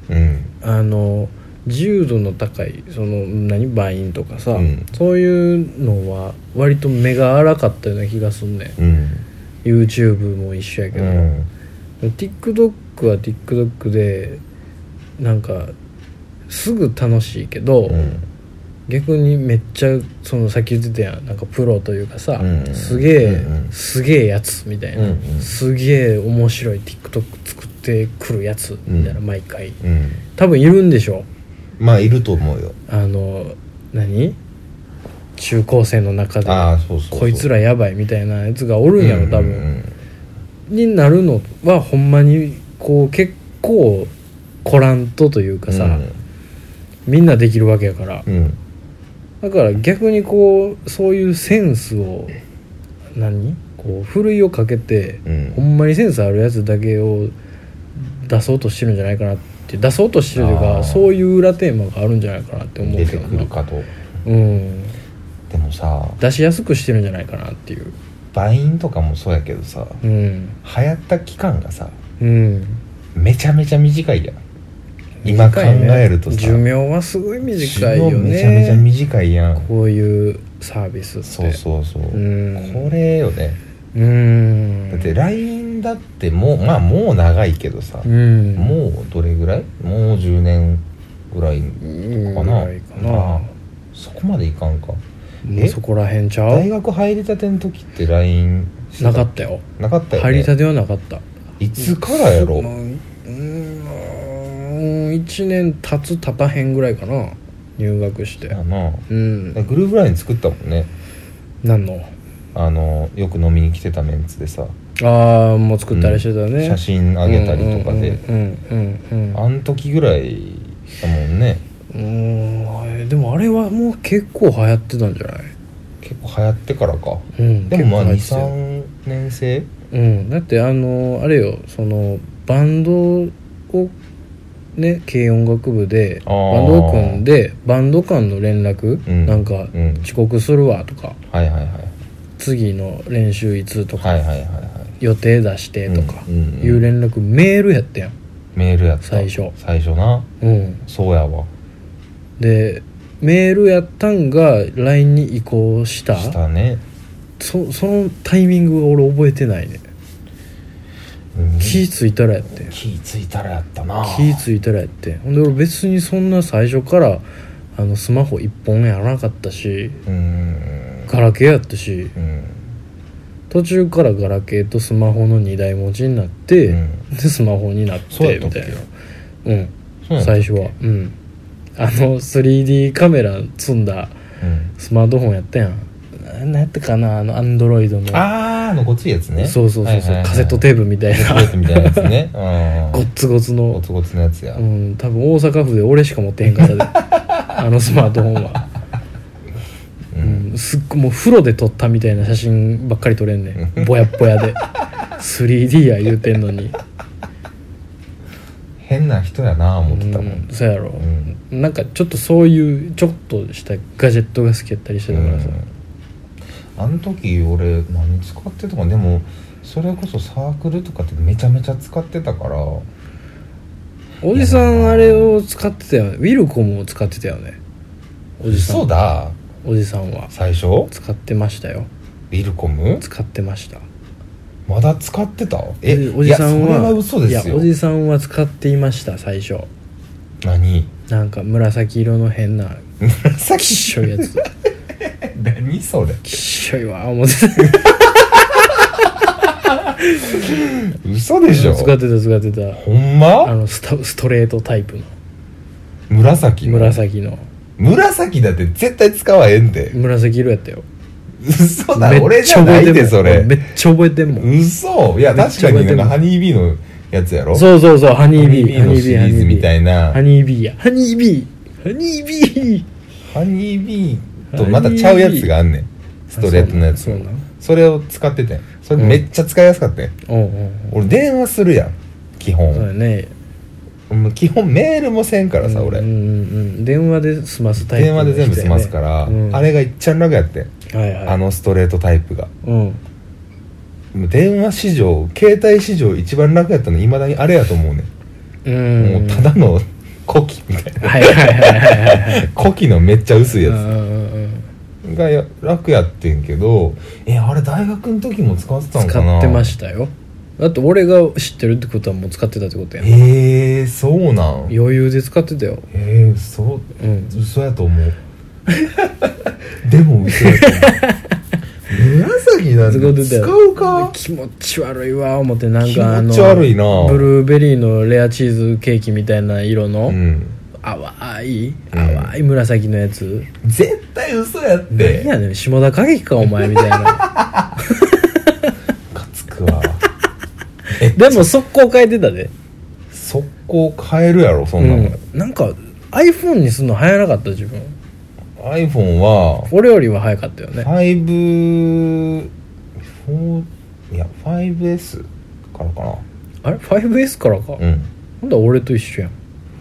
[SPEAKER 1] うん
[SPEAKER 2] あの自由度の高いその何バインとかさ、
[SPEAKER 1] うん
[SPEAKER 2] そういうのは割と目が荒かったような気がすんねん
[SPEAKER 1] うん
[SPEAKER 2] YouTube も一緒やけ
[SPEAKER 1] う
[SPEAKER 2] ど、
[SPEAKER 1] ん
[SPEAKER 2] TikTok は TikTok でなんかすぐ楽しいけど、
[SPEAKER 1] うん
[SPEAKER 2] 逆にめっちゃそのさっき言ってたやんなんかプロというかさ、
[SPEAKER 1] うん
[SPEAKER 2] すげえ、
[SPEAKER 1] うんうん
[SPEAKER 2] すげえやつみたいな、
[SPEAKER 1] うんうん
[SPEAKER 2] すげえ面白い TikTok 作ってくるやつみたいな、
[SPEAKER 1] うん
[SPEAKER 2] 毎回
[SPEAKER 1] うん
[SPEAKER 2] 多分いるんでしょ
[SPEAKER 1] まあいると思うよ
[SPEAKER 2] あの何中高生の中で
[SPEAKER 1] ああそうそうそう
[SPEAKER 2] こいつらやばいみたいなやつがおるんやろ多分、
[SPEAKER 1] うんうん
[SPEAKER 2] になるのはほんまにこう結構コランとという
[SPEAKER 1] う
[SPEAKER 2] か
[SPEAKER 1] ん
[SPEAKER 2] さ、みんなできるわけやから、
[SPEAKER 1] うん
[SPEAKER 2] だから逆にこうそういうセンスを何こうふるいをかけて、
[SPEAKER 1] うん
[SPEAKER 2] ほんまにセンスあるやつだけを出そうとしてるんじゃないかなって出そうとしてるという
[SPEAKER 1] あー
[SPEAKER 2] かそういう裏テーマがあるんじゃないかなって思うけ
[SPEAKER 1] 出
[SPEAKER 2] ど
[SPEAKER 1] てく
[SPEAKER 2] な
[SPEAKER 1] るかと
[SPEAKER 2] うん
[SPEAKER 1] でもさ
[SPEAKER 2] 出しやすくしてるんじゃないかなっていう
[SPEAKER 1] バインとかもそうやけどさ
[SPEAKER 2] うん
[SPEAKER 1] 流行った期間がさ
[SPEAKER 2] うん
[SPEAKER 1] めちゃめちゃ短いやん今考えるとさ
[SPEAKER 2] 短いね寿命はすごい短いよ
[SPEAKER 1] 寿命
[SPEAKER 2] ね
[SPEAKER 1] めちゃめちゃ短いやん
[SPEAKER 2] こういうサービスって
[SPEAKER 1] そうそうそう
[SPEAKER 2] うん
[SPEAKER 1] これよね
[SPEAKER 2] ううん
[SPEAKER 1] だって LINE だってもうまあもう長いけどさ
[SPEAKER 2] うん
[SPEAKER 1] もうどれぐらいもう10年ぐらいか
[SPEAKER 2] うん
[SPEAKER 1] な
[SPEAKER 2] ぐらいか
[SPEAKER 1] あ
[SPEAKER 2] な
[SPEAKER 1] そこまでいかんか
[SPEAKER 2] もうそこらへんちゃ
[SPEAKER 1] 大
[SPEAKER 2] う
[SPEAKER 1] 学入りたての時って LINE して
[SPEAKER 2] なかったよ
[SPEAKER 1] なかったよね
[SPEAKER 2] 入りたてはなかった
[SPEAKER 1] いつからやろ
[SPEAKER 2] まあうんうん1年経つ経たへんぐらいかな入学して
[SPEAKER 1] やな
[SPEAKER 2] うん
[SPEAKER 1] グループ LINE 作ったもんね
[SPEAKER 2] 何の
[SPEAKER 1] あのよく飲みに来てたメンツでさ
[SPEAKER 2] ああもう作ったりしてたね
[SPEAKER 1] 写真あげたりとかで
[SPEAKER 2] うんうんうんうんうん
[SPEAKER 1] あん時ぐらいだもんね
[SPEAKER 2] うーんでもあれはもう結構流行ってたんじゃない、
[SPEAKER 1] 結構流行ってからか
[SPEAKER 2] うん、
[SPEAKER 1] でもまあ
[SPEAKER 2] 結構流行って
[SPEAKER 1] 23年生
[SPEAKER 2] たようん、だってあのあれよそのバンドをね軽音楽部で
[SPEAKER 1] あ
[SPEAKER 2] バ
[SPEAKER 1] ー
[SPEAKER 2] ンドを組んでバンド間の連絡、
[SPEAKER 1] うん
[SPEAKER 2] なんか
[SPEAKER 1] うん
[SPEAKER 2] 遅刻するわとか
[SPEAKER 1] はいはいはい
[SPEAKER 2] 次の練習いつとか、
[SPEAKER 1] はいはいはいはい
[SPEAKER 2] 予定出してとか
[SPEAKER 1] うんうんうん
[SPEAKER 2] いう連絡、メールやったやん、
[SPEAKER 1] メールやった
[SPEAKER 2] 最初
[SPEAKER 1] 最初な
[SPEAKER 2] うん、
[SPEAKER 1] そうやわ
[SPEAKER 2] でメールやったんが LINE に移行した
[SPEAKER 1] したね
[SPEAKER 2] そそのタイミングは俺覚えてないね
[SPEAKER 1] うん
[SPEAKER 2] 気ぃ付いたらやって気
[SPEAKER 1] 気ぃついたらやったな
[SPEAKER 2] ぃ付いたらやってほんで俺別にそんな最初からあのスマホ一本やらなかったし
[SPEAKER 1] うん
[SPEAKER 2] ガラケーやったし
[SPEAKER 1] うん
[SPEAKER 2] 途中からガラケーとスマホの2台持ちになって、
[SPEAKER 1] うん
[SPEAKER 2] でスマホになって
[SPEAKER 1] そうやったっ
[SPEAKER 2] み
[SPEAKER 1] け
[SPEAKER 2] たいなうん
[SPEAKER 1] そうやったっけ
[SPEAKER 2] 最初はうんあの 3D カメラ積んだ
[SPEAKER 1] うん
[SPEAKER 2] スマートフォンやったやんななんやったかなあのアンドロイドの
[SPEAKER 1] あーあのごついやつね
[SPEAKER 2] そうそうそうそう、カセットテ
[SPEAKER 1] ー
[SPEAKER 2] ープみたい
[SPEAKER 1] プ
[SPEAKER 2] な
[SPEAKER 1] カセットテープみたいなやつねう
[SPEAKER 2] ご
[SPEAKER 1] ん
[SPEAKER 2] っつごつの
[SPEAKER 1] ゴツゴツのやつや
[SPEAKER 2] うん、多分大阪府で俺しか持ってへんから
[SPEAKER 1] *laughs*
[SPEAKER 2] であのスマートフォンは、
[SPEAKER 1] う
[SPEAKER 2] うんんすっごもう風呂で撮ったみたいな写真ばっかり撮れんねんぼやっぼやで 3D や言うてんのに
[SPEAKER 1] 変な人やな思ってたも
[SPEAKER 2] うん
[SPEAKER 1] ん
[SPEAKER 2] そうやろ
[SPEAKER 1] う、ん
[SPEAKER 2] なんかちょっとそういうちょっとしたガジェットが好きやったりしてたからさ、
[SPEAKER 1] うんあの時俺何使ってたかなでもそれこそサークルとかってめちゃめちゃ使ってたから
[SPEAKER 2] おじさんあれを使ってたよねウィルコムを使ってたよねおじさん
[SPEAKER 1] そうだ
[SPEAKER 2] おじさんは
[SPEAKER 1] 最初
[SPEAKER 2] 使ってましたよ
[SPEAKER 1] ビルコム
[SPEAKER 2] 使ってました
[SPEAKER 1] まだ使ってた
[SPEAKER 2] おじおじさ
[SPEAKER 1] い
[SPEAKER 2] ん
[SPEAKER 1] やそれは
[SPEAKER 2] は
[SPEAKER 1] 嘘です
[SPEAKER 2] いや
[SPEAKER 1] よ
[SPEAKER 2] おじさんは使っていました最初
[SPEAKER 1] 何
[SPEAKER 2] なんか紫色の変なきっ
[SPEAKER 1] 紫
[SPEAKER 2] しょいやつ
[SPEAKER 1] *laughs* 何それ
[SPEAKER 2] きっしょいわ思ってた
[SPEAKER 1] 嘘でしょ
[SPEAKER 2] 使ってた使ってた
[SPEAKER 1] ほん
[SPEAKER 2] あ
[SPEAKER 1] ま
[SPEAKER 2] のスタストレートタイプの
[SPEAKER 1] 紫の
[SPEAKER 2] 紫の
[SPEAKER 1] 紫だって絶対使わへんで
[SPEAKER 2] 紫色やったよ
[SPEAKER 1] 嘘だ
[SPEAKER 2] めっちゃ
[SPEAKER 1] 俺じゃない
[SPEAKER 2] 覚えて
[SPEAKER 1] で
[SPEAKER 2] んもん
[SPEAKER 1] そ
[SPEAKER 2] 俺め
[SPEAKER 1] れ
[SPEAKER 2] っちゃ覚えてんもん
[SPEAKER 1] 嘘いや
[SPEAKER 2] めっ
[SPEAKER 1] 確か
[SPEAKER 2] ちゃ覚え
[SPEAKER 1] に
[SPEAKER 2] て
[SPEAKER 1] な
[SPEAKER 2] る
[SPEAKER 1] んかハニービーのやつやろ
[SPEAKER 2] そうそうそうハニービー
[SPEAKER 1] ハニービーのシリーズみた
[SPEAKER 2] い
[SPEAKER 1] いな
[SPEAKER 2] ハニービーやハニービーハニービー
[SPEAKER 1] ハニービーとまたちゃうやつがあんねんストレートのやつ
[SPEAKER 2] あそうなん
[SPEAKER 1] それを使っててそれめっちゃ使いやすかったよ、
[SPEAKER 2] おうおうおう
[SPEAKER 1] 俺電話するやん基
[SPEAKER 2] そう
[SPEAKER 1] 本
[SPEAKER 2] やね
[SPEAKER 1] もう基本メールもせんからさ、
[SPEAKER 2] うん
[SPEAKER 1] 俺
[SPEAKER 2] うんうん電話で済ますタイプ
[SPEAKER 1] 電話で全部済ますから、
[SPEAKER 2] うん
[SPEAKER 1] あれがいっちゃん楽やってん、
[SPEAKER 2] はいはい
[SPEAKER 1] あのストレートタイプが
[SPEAKER 2] うん
[SPEAKER 1] もう電話史上携帯史上一番楽やったのいまだにあれやと思うね
[SPEAKER 2] うん
[SPEAKER 1] ん、もうただの *laughs* 古希みたいな
[SPEAKER 2] はいはいはいはいはい
[SPEAKER 1] 古希のめっちゃ *laughs* 薄いやつ、
[SPEAKER 2] うんうんうん
[SPEAKER 1] がや楽やってんけどえあれ大学の時も使ってたのかな
[SPEAKER 2] 使ってましたよだって俺が知ってるってことはもう使ってたってことやん
[SPEAKER 1] へえー、そうなん
[SPEAKER 2] 余裕で使ってたよ
[SPEAKER 1] えー、そう
[SPEAKER 2] うん
[SPEAKER 1] 嘘やと思う *laughs* でも嘘やと思う紫なんて使うか
[SPEAKER 2] 気持ち悪いわ思ってなん
[SPEAKER 1] 気
[SPEAKER 2] かあ
[SPEAKER 1] 持
[SPEAKER 2] の
[SPEAKER 1] ち悪いな
[SPEAKER 2] ブルーベリーのレアチーズケーキみたいな色の、
[SPEAKER 1] うん
[SPEAKER 2] 淡い淡い紫のやつ、
[SPEAKER 1] 絶対嘘やっ
[SPEAKER 2] 何
[SPEAKER 1] て
[SPEAKER 2] やねん下田景樹かお前みたいな
[SPEAKER 1] ムカつくわ
[SPEAKER 2] でも速攻変えてたで
[SPEAKER 1] 速攻変えるやろそんなもん、
[SPEAKER 2] うん、なんか iPhone にすんの早なかった自分
[SPEAKER 1] iPhone は
[SPEAKER 2] 俺よりは早かったよね
[SPEAKER 1] 5 4いや 5S からかな
[SPEAKER 2] あれ 5S からか、
[SPEAKER 1] うん
[SPEAKER 2] ほんだら俺と一緒やん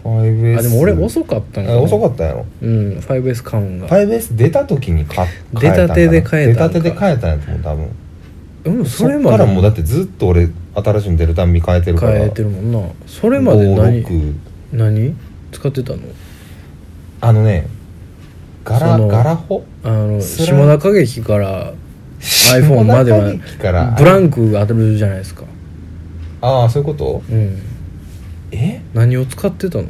[SPEAKER 1] 5S
[SPEAKER 2] あでも俺遅かったの
[SPEAKER 1] あ遅か
[SPEAKER 2] っ
[SPEAKER 1] ったやろ
[SPEAKER 2] たうん 5S カウンが
[SPEAKER 1] 5S 出た時に買
[SPEAKER 2] 出たてで買えたん
[SPEAKER 1] 出た
[SPEAKER 2] か
[SPEAKER 1] てで買えたんやと思う多分
[SPEAKER 2] うんそ
[SPEAKER 1] そ
[SPEAKER 2] れ
[SPEAKER 1] っ
[SPEAKER 2] ま
[SPEAKER 1] から
[SPEAKER 2] で
[SPEAKER 1] もうだってずっと俺新しいの出るたんび変えてるから
[SPEAKER 2] 変えてるもんなそれまで何
[SPEAKER 1] 56
[SPEAKER 2] 何使ってたの
[SPEAKER 1] あのねガラ
[SPEAKER 2] その
[SPEAKER 1] ガラホ
[SPEAKER 2] あの
[SPEAKER 1] スラ
[SPEAKER 2] 下
[SPEAKER 1] イ
[SPEAKER 2] 田景樹から iPhone までは
[SPEAKER 1] 下田景樹から
[SPEAKER 2] ブランクが当たるじゃないですか
[SPEAKER 1] ああそういうこと
[SPEAKER 2] うん
[SPEAKER 1] え
[SPEAKER 2] 何を使ってたの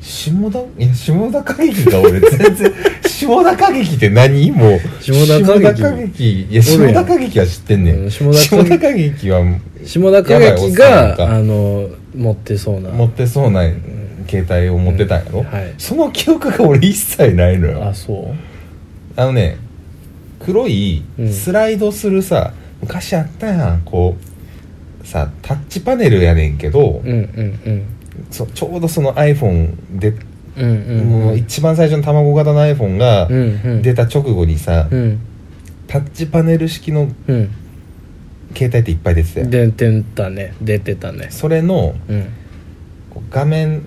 [SPEAKER 1] 下田いや下田景樹が
[SPEAKER 2] *laughs*
[SPEAKER 1] 俺全然下田景樹って何もう
[SPEAKER 2] 下田景
[SPEAKER 1] 下
[SPEAKER 2] 樹
[SPEAKER 1] 田景樹いや
[SPEAKER 2] おるや
[SPEAKER 1] 下
[SPEAKER 2] ん
[SPEAKER 1] 田景樹は知ってんね
[SPEAKER 2] うんん
[SPEAKER 1] 下
[SPEAKER 2] 下
[SPEAKER 1] 田
[SPEAKER 2] 田景樹
[SPEAKER 1] 景樹は
[SPEAKER 2] 下田
[SPEAKER 1] やばい
[SPEAKER 2] 景
[SPEAKER 1] おっ
[SPEAKER 2] 樹
[SPEAKER 1] さんか
[SPEAKER 2] があの持ってそうな
[SPEAKER 1] 持ってそうな携帯を持ってたんやろ、
[SPEAKER 2] うんはい
[SPEAKER 1] その記憶が俺一切ないのよ
[SPEAKER 2] あそう
[SPEAKER 1] あのね黒い
[SPEAKER 2] うん
[SPEAKER 1] スライドするさ、昔あったやんこうさタッチパネルやねんけど、
[SPEAKER 2] うんうん
[SPEAKER 1] そちょうどその iPhone で、
[SPEAKER 2] うんうん
[SPEAKER 1] も
[SPEAKER 2] うん
[SPEAKER 1] う一番最初の卵型の iPhone が
[SPEAKER 2] うんうん
[SPEAKER 1] 出た直後にさ、
[SPEAKER 2] うん
[SPEAKER 1] タッチパネル式の
[SPEAKER 2] うん
[SPEAKER 1] 携帯っていっぱい出てたよ、
[SPEAKER 2] 出てたね出てたね
[SPEAKER 1] それの
[SPEAKER 2] うん
[SPEAKER 1] こう画面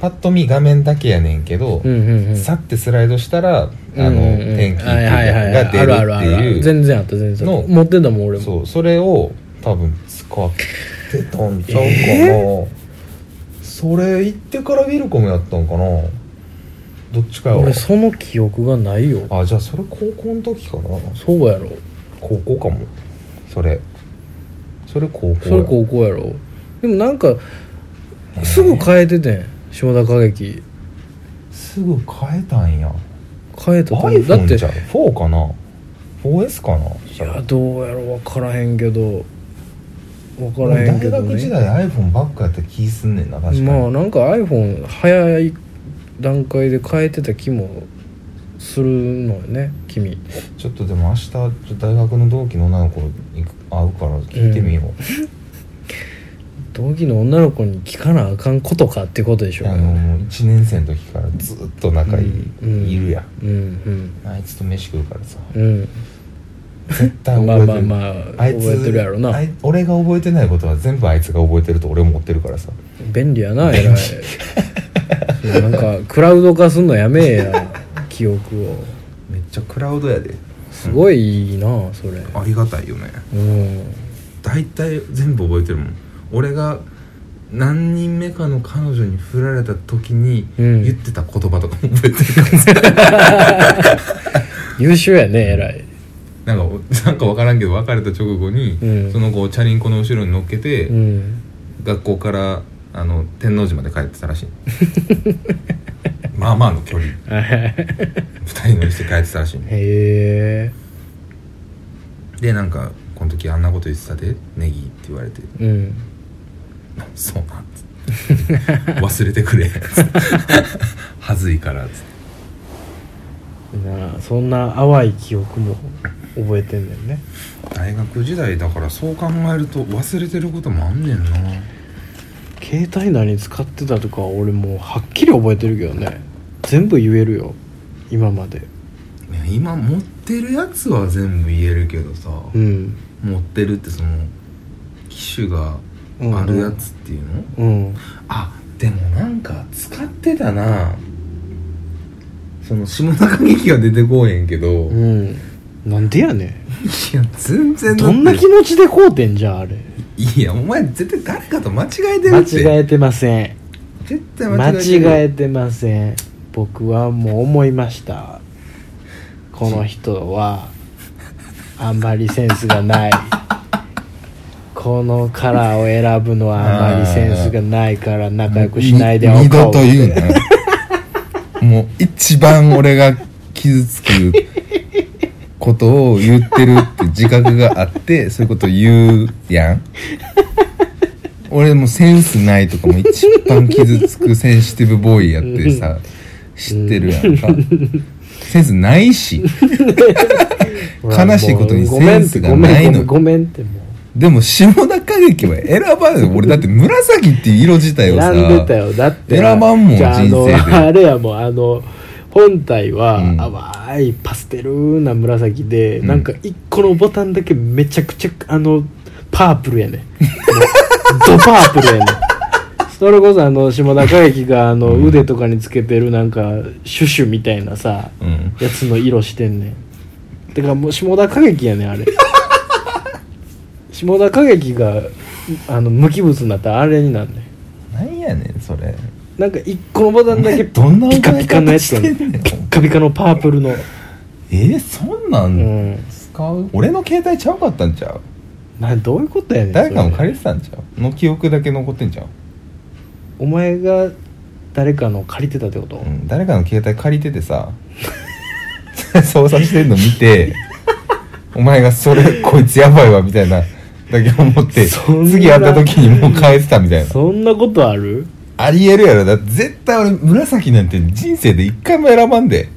[SPEAKER 1] パッと見画面だけやねんけど、
[SPEAKER 2] うんうんうん
[SPEAKER 1] さってスライドしたら、あ
[SPEAKER 2] うん
[SPEAKER 1] の
[SPEAKER 2] うんうん
[SPEAKER 1] 天気って
[SPEAKER 2] はいいうはいはい
[SPEAKER 1] のが出る
[SPEAKER 2] あるあるあ
[SPEAKER 1] ってい
[SPEAKER 2] る
[SPEAKER 1] う
[SPEAKER 2] 全然あった全然あっ
[SPEAKER 1] の
[SPEAKER 2] た持ってたもん俺も
[SPEAKER 1] そうそれを多分使ってたんちゃうかな、それ行ってからウィルコムやったんかなどっちかよ
[SPEAKER 2] 俺その記憶がないよ
[SPEAKER 1] あじゃあそれ高校の時かな
[SPEAKER 2] そうやろ
[SPEAKER 1] 高校かもそれそれ高校
[SPEAKER 2] それ高校やろでもなんかすぐ変えててん下田景樹
[SPEAKER 1] すぐ変えたんや
[SPEAKER 2] 変えたと思うだっ
[SPEAKER 1] iPhone
[SPEAKER 2] て
[SPEAKER 1] じゃん4かな 4S かない
[SPEAKER 2] いやどうやろ分からへんけど分からへんけ
[SPEAKER 1] 大
[SPEAKER 2] ど、ね、
[SPEAKER 1] 学時代 iPhone ばっかやった気すんねんな確かに、
[SPEAKER 2] まあなんか iPhone 早い段階で変えてた気もするのよね君
[SPEAKER 1] ちょっとでも明日ちょっと大学の同期の女の子に会うから聞いてみよう、
[SPEAKER 2] 同期の女の子に聞かなあかんことかってことでしょう
[SPEAKER 1] あ
[SPEAKER 2] か
[SPEAKER 1] の
[SPEAKER 2] ね
[SPEAKER 1] もう1年生の時からずっと仲いい,、
[SPEAKER 2] うん
[SPEAKER 1] いるや
[SPEAKER 2] うんうん
[SPEAKER 1] んあいつと飯食うからさ
[SPEAKER 2] うん
[SPEAKER 1] 絶対
[SPEAKER 2] まあ
[SPEAKER 1] 覚えてる
[SPEAKER 2] まあまあ覚えてるやろな
[SPEAKER 1] あい俺が覚えてないことは全部あいつが覚えてると俺も思ってるからさ
[SPEAKER 2] 便利やな
[SPEAKER 1] *laughs*
[SPEAKER 2] えらいそうなんかクラウド化すんのやめえや記憶を
[SPEAKER 1] めっちゃクラウドやです
[SPEAKER 2] ごいいいなそれ
[SPEAKER 1] りがたいよね
[SPEAKER 2] うん
[SPEAKER 1] 大体全部覚えてるもん俺が何人目かの彼女に振られた時に
[SPEAKER 2] うん言って
[SPEAKER 1] た言葉とかも覚えてるから
[SPEAKER 2] *laughs*
[SPEAKER 1] さ、
[SPEAKER 2] 優秀やねえらい
[SPEAKER 1] なんかなんか分からんけど別れた直後に、
[SPEAKER 2] うん
[SPEAKER 1] その子をチャリンコの後ろに乗っけて、
[SPEAKER 2] うん *laughs*
[SPEAKER 1] 学校からあの天王寺まで帰ってたらしいまあまあの距離
[SPEAKER 2] へ
[SPEAKER 1] 二人乗りして帰ってたらしいね
[SPEAKER 2] え
[SPEAKER 1] でなんかこの時あんなこと言ってたでネギって言われて
[SPEAKER 2] うん
[SPEAKER 1] 「そうなん」つ
[SPEAKER 2] *laughs*
[SPEAKER 1] って「忘れてくれ」つって「はずいから」つって
[SPEAKER 2] なあそんな淡い記憶も覚えてんだよね
[SPEAKER 1] 大学時代だからそう考えると忘れてることもあんねんな
[SPEAKER 2] 携帯何使ってたとかは俺もうはっきり覚えてるけどね全部言えるよ今まで
[SPEAKER 1] いや今持ってるやつは全部言えるけどさ、
[SPEAKER 2] うん
[SPEAKER 1] 持ってるってその機種があるやつっていうの、
[SPEAKER 2] うん
[SPEAKER 1] あでもなんか使ってたなその下中劇が出てこうへんけど、
[SPEAKER 2] う
[SPEAKER 1] い
[SPEAKER 2] んなんでやね
[SPEAKER 1] や全然
[SPEAKER 2] んどんな気持ちでこうてんじゃんあれ
[SPEAKER 1] いやお前絶対誰かと間違えてる
[SPEAKER 2] 間
[SPEAKER 1] って
[SPEAKER 2] 違えてません
[SPEAKER 1] 絶対間
[SPEAKER 2] 間
[SPEAKER 1] 違えてる
[SPEAKER 2] 違えてません僕はもう思いましたこの人はあんまりセンスがないこのカラーを選ぶのはあんまりセンスがないから仲良くしないでおこう
[SPEAKER 1] 二度と言うなよもう一番俺が傷つくことを言ってるって自覚があってそういうこと言うやん俺もセンスないとかも一番傷つくセンシティブボーイやってさ知ってるやんかセンスないし悲しいことにセンスがないの
[SPEAKER 2] ごめんってごめんごめんごめんっても
[SPEAKER 1] でも下中劇は選ばない俺だって紫っていう色自体
[SPEAKER 2] う
[SPEAKER 1] をさ
[SPEAKER 2] 選んでたよだって
[SPEAKER 1] 選ばんもん
[SPEAKER 2] じゃああの
[SPEAKER 1] 人生で
[SPEAKER 2] *laughs* あれやもうあの本体は
[SPEAKER 1] うん
[SPEAKER 2] 淡いパステルな紫で、
[SPEAKER 1] うん
[SPEAKER 2] なんか一個のボタンだけめちゃくちゃあのパープル *laughs* やねもうドパープルやねそれこそあの下中駅があの腕とかにつけてるなんかシュシュみたいなさ、
[SPEAKER 1] うん
[SPEAKER 2] やつの色してんねんてかもう下田景樹やねんあ
[SPEAKER 1] *laughs*
[SPEAKER 2] れ下田景樹があの無機物になったらあれになんねん
[SPEAKER 1] なんやねんそれ
[SPEAKER 2] なんか一個のボタンだ
[SPEAKER 1] *laughs*
[SPEAKER 2] け
[SPEAKER 1] どんな
[SPEAKER 2] ピカピカのやつやね
[SPEAKER 1] 覚え方してんねん
[SPEAKER 2] んピッカピカのパープルの
[SPEAKER 1] えー、そんな
[SPEAKER 2] うんん
[SPEAKER 1] 使う、俺の携帯ちゃうかったんちゃう
[SPEAKER 2] などういうことやねん
[SPEAKER 1] 誰かの借
[SPEAKER 2] それ
[SPEAKER 1] りてたんちゃうの記憶だけ残ってんちゃう、
[SPEAKER 2] お前が誰かの借りてたってこと、
[SPEAKER 1] うん、誰かの携帯借りててさ *laughs* 操作してんの見てお前がそれこいつやばいわみたいなだけ思って
[SPEAKER 2] そんな
[SPEAKER 1] 次会った時にもう返してたみたいな
[SPEAKER 2] そんなことある
[SPEAKER 1] ありえるやろだって絶対俺紫なんて人生で一回も選ばんで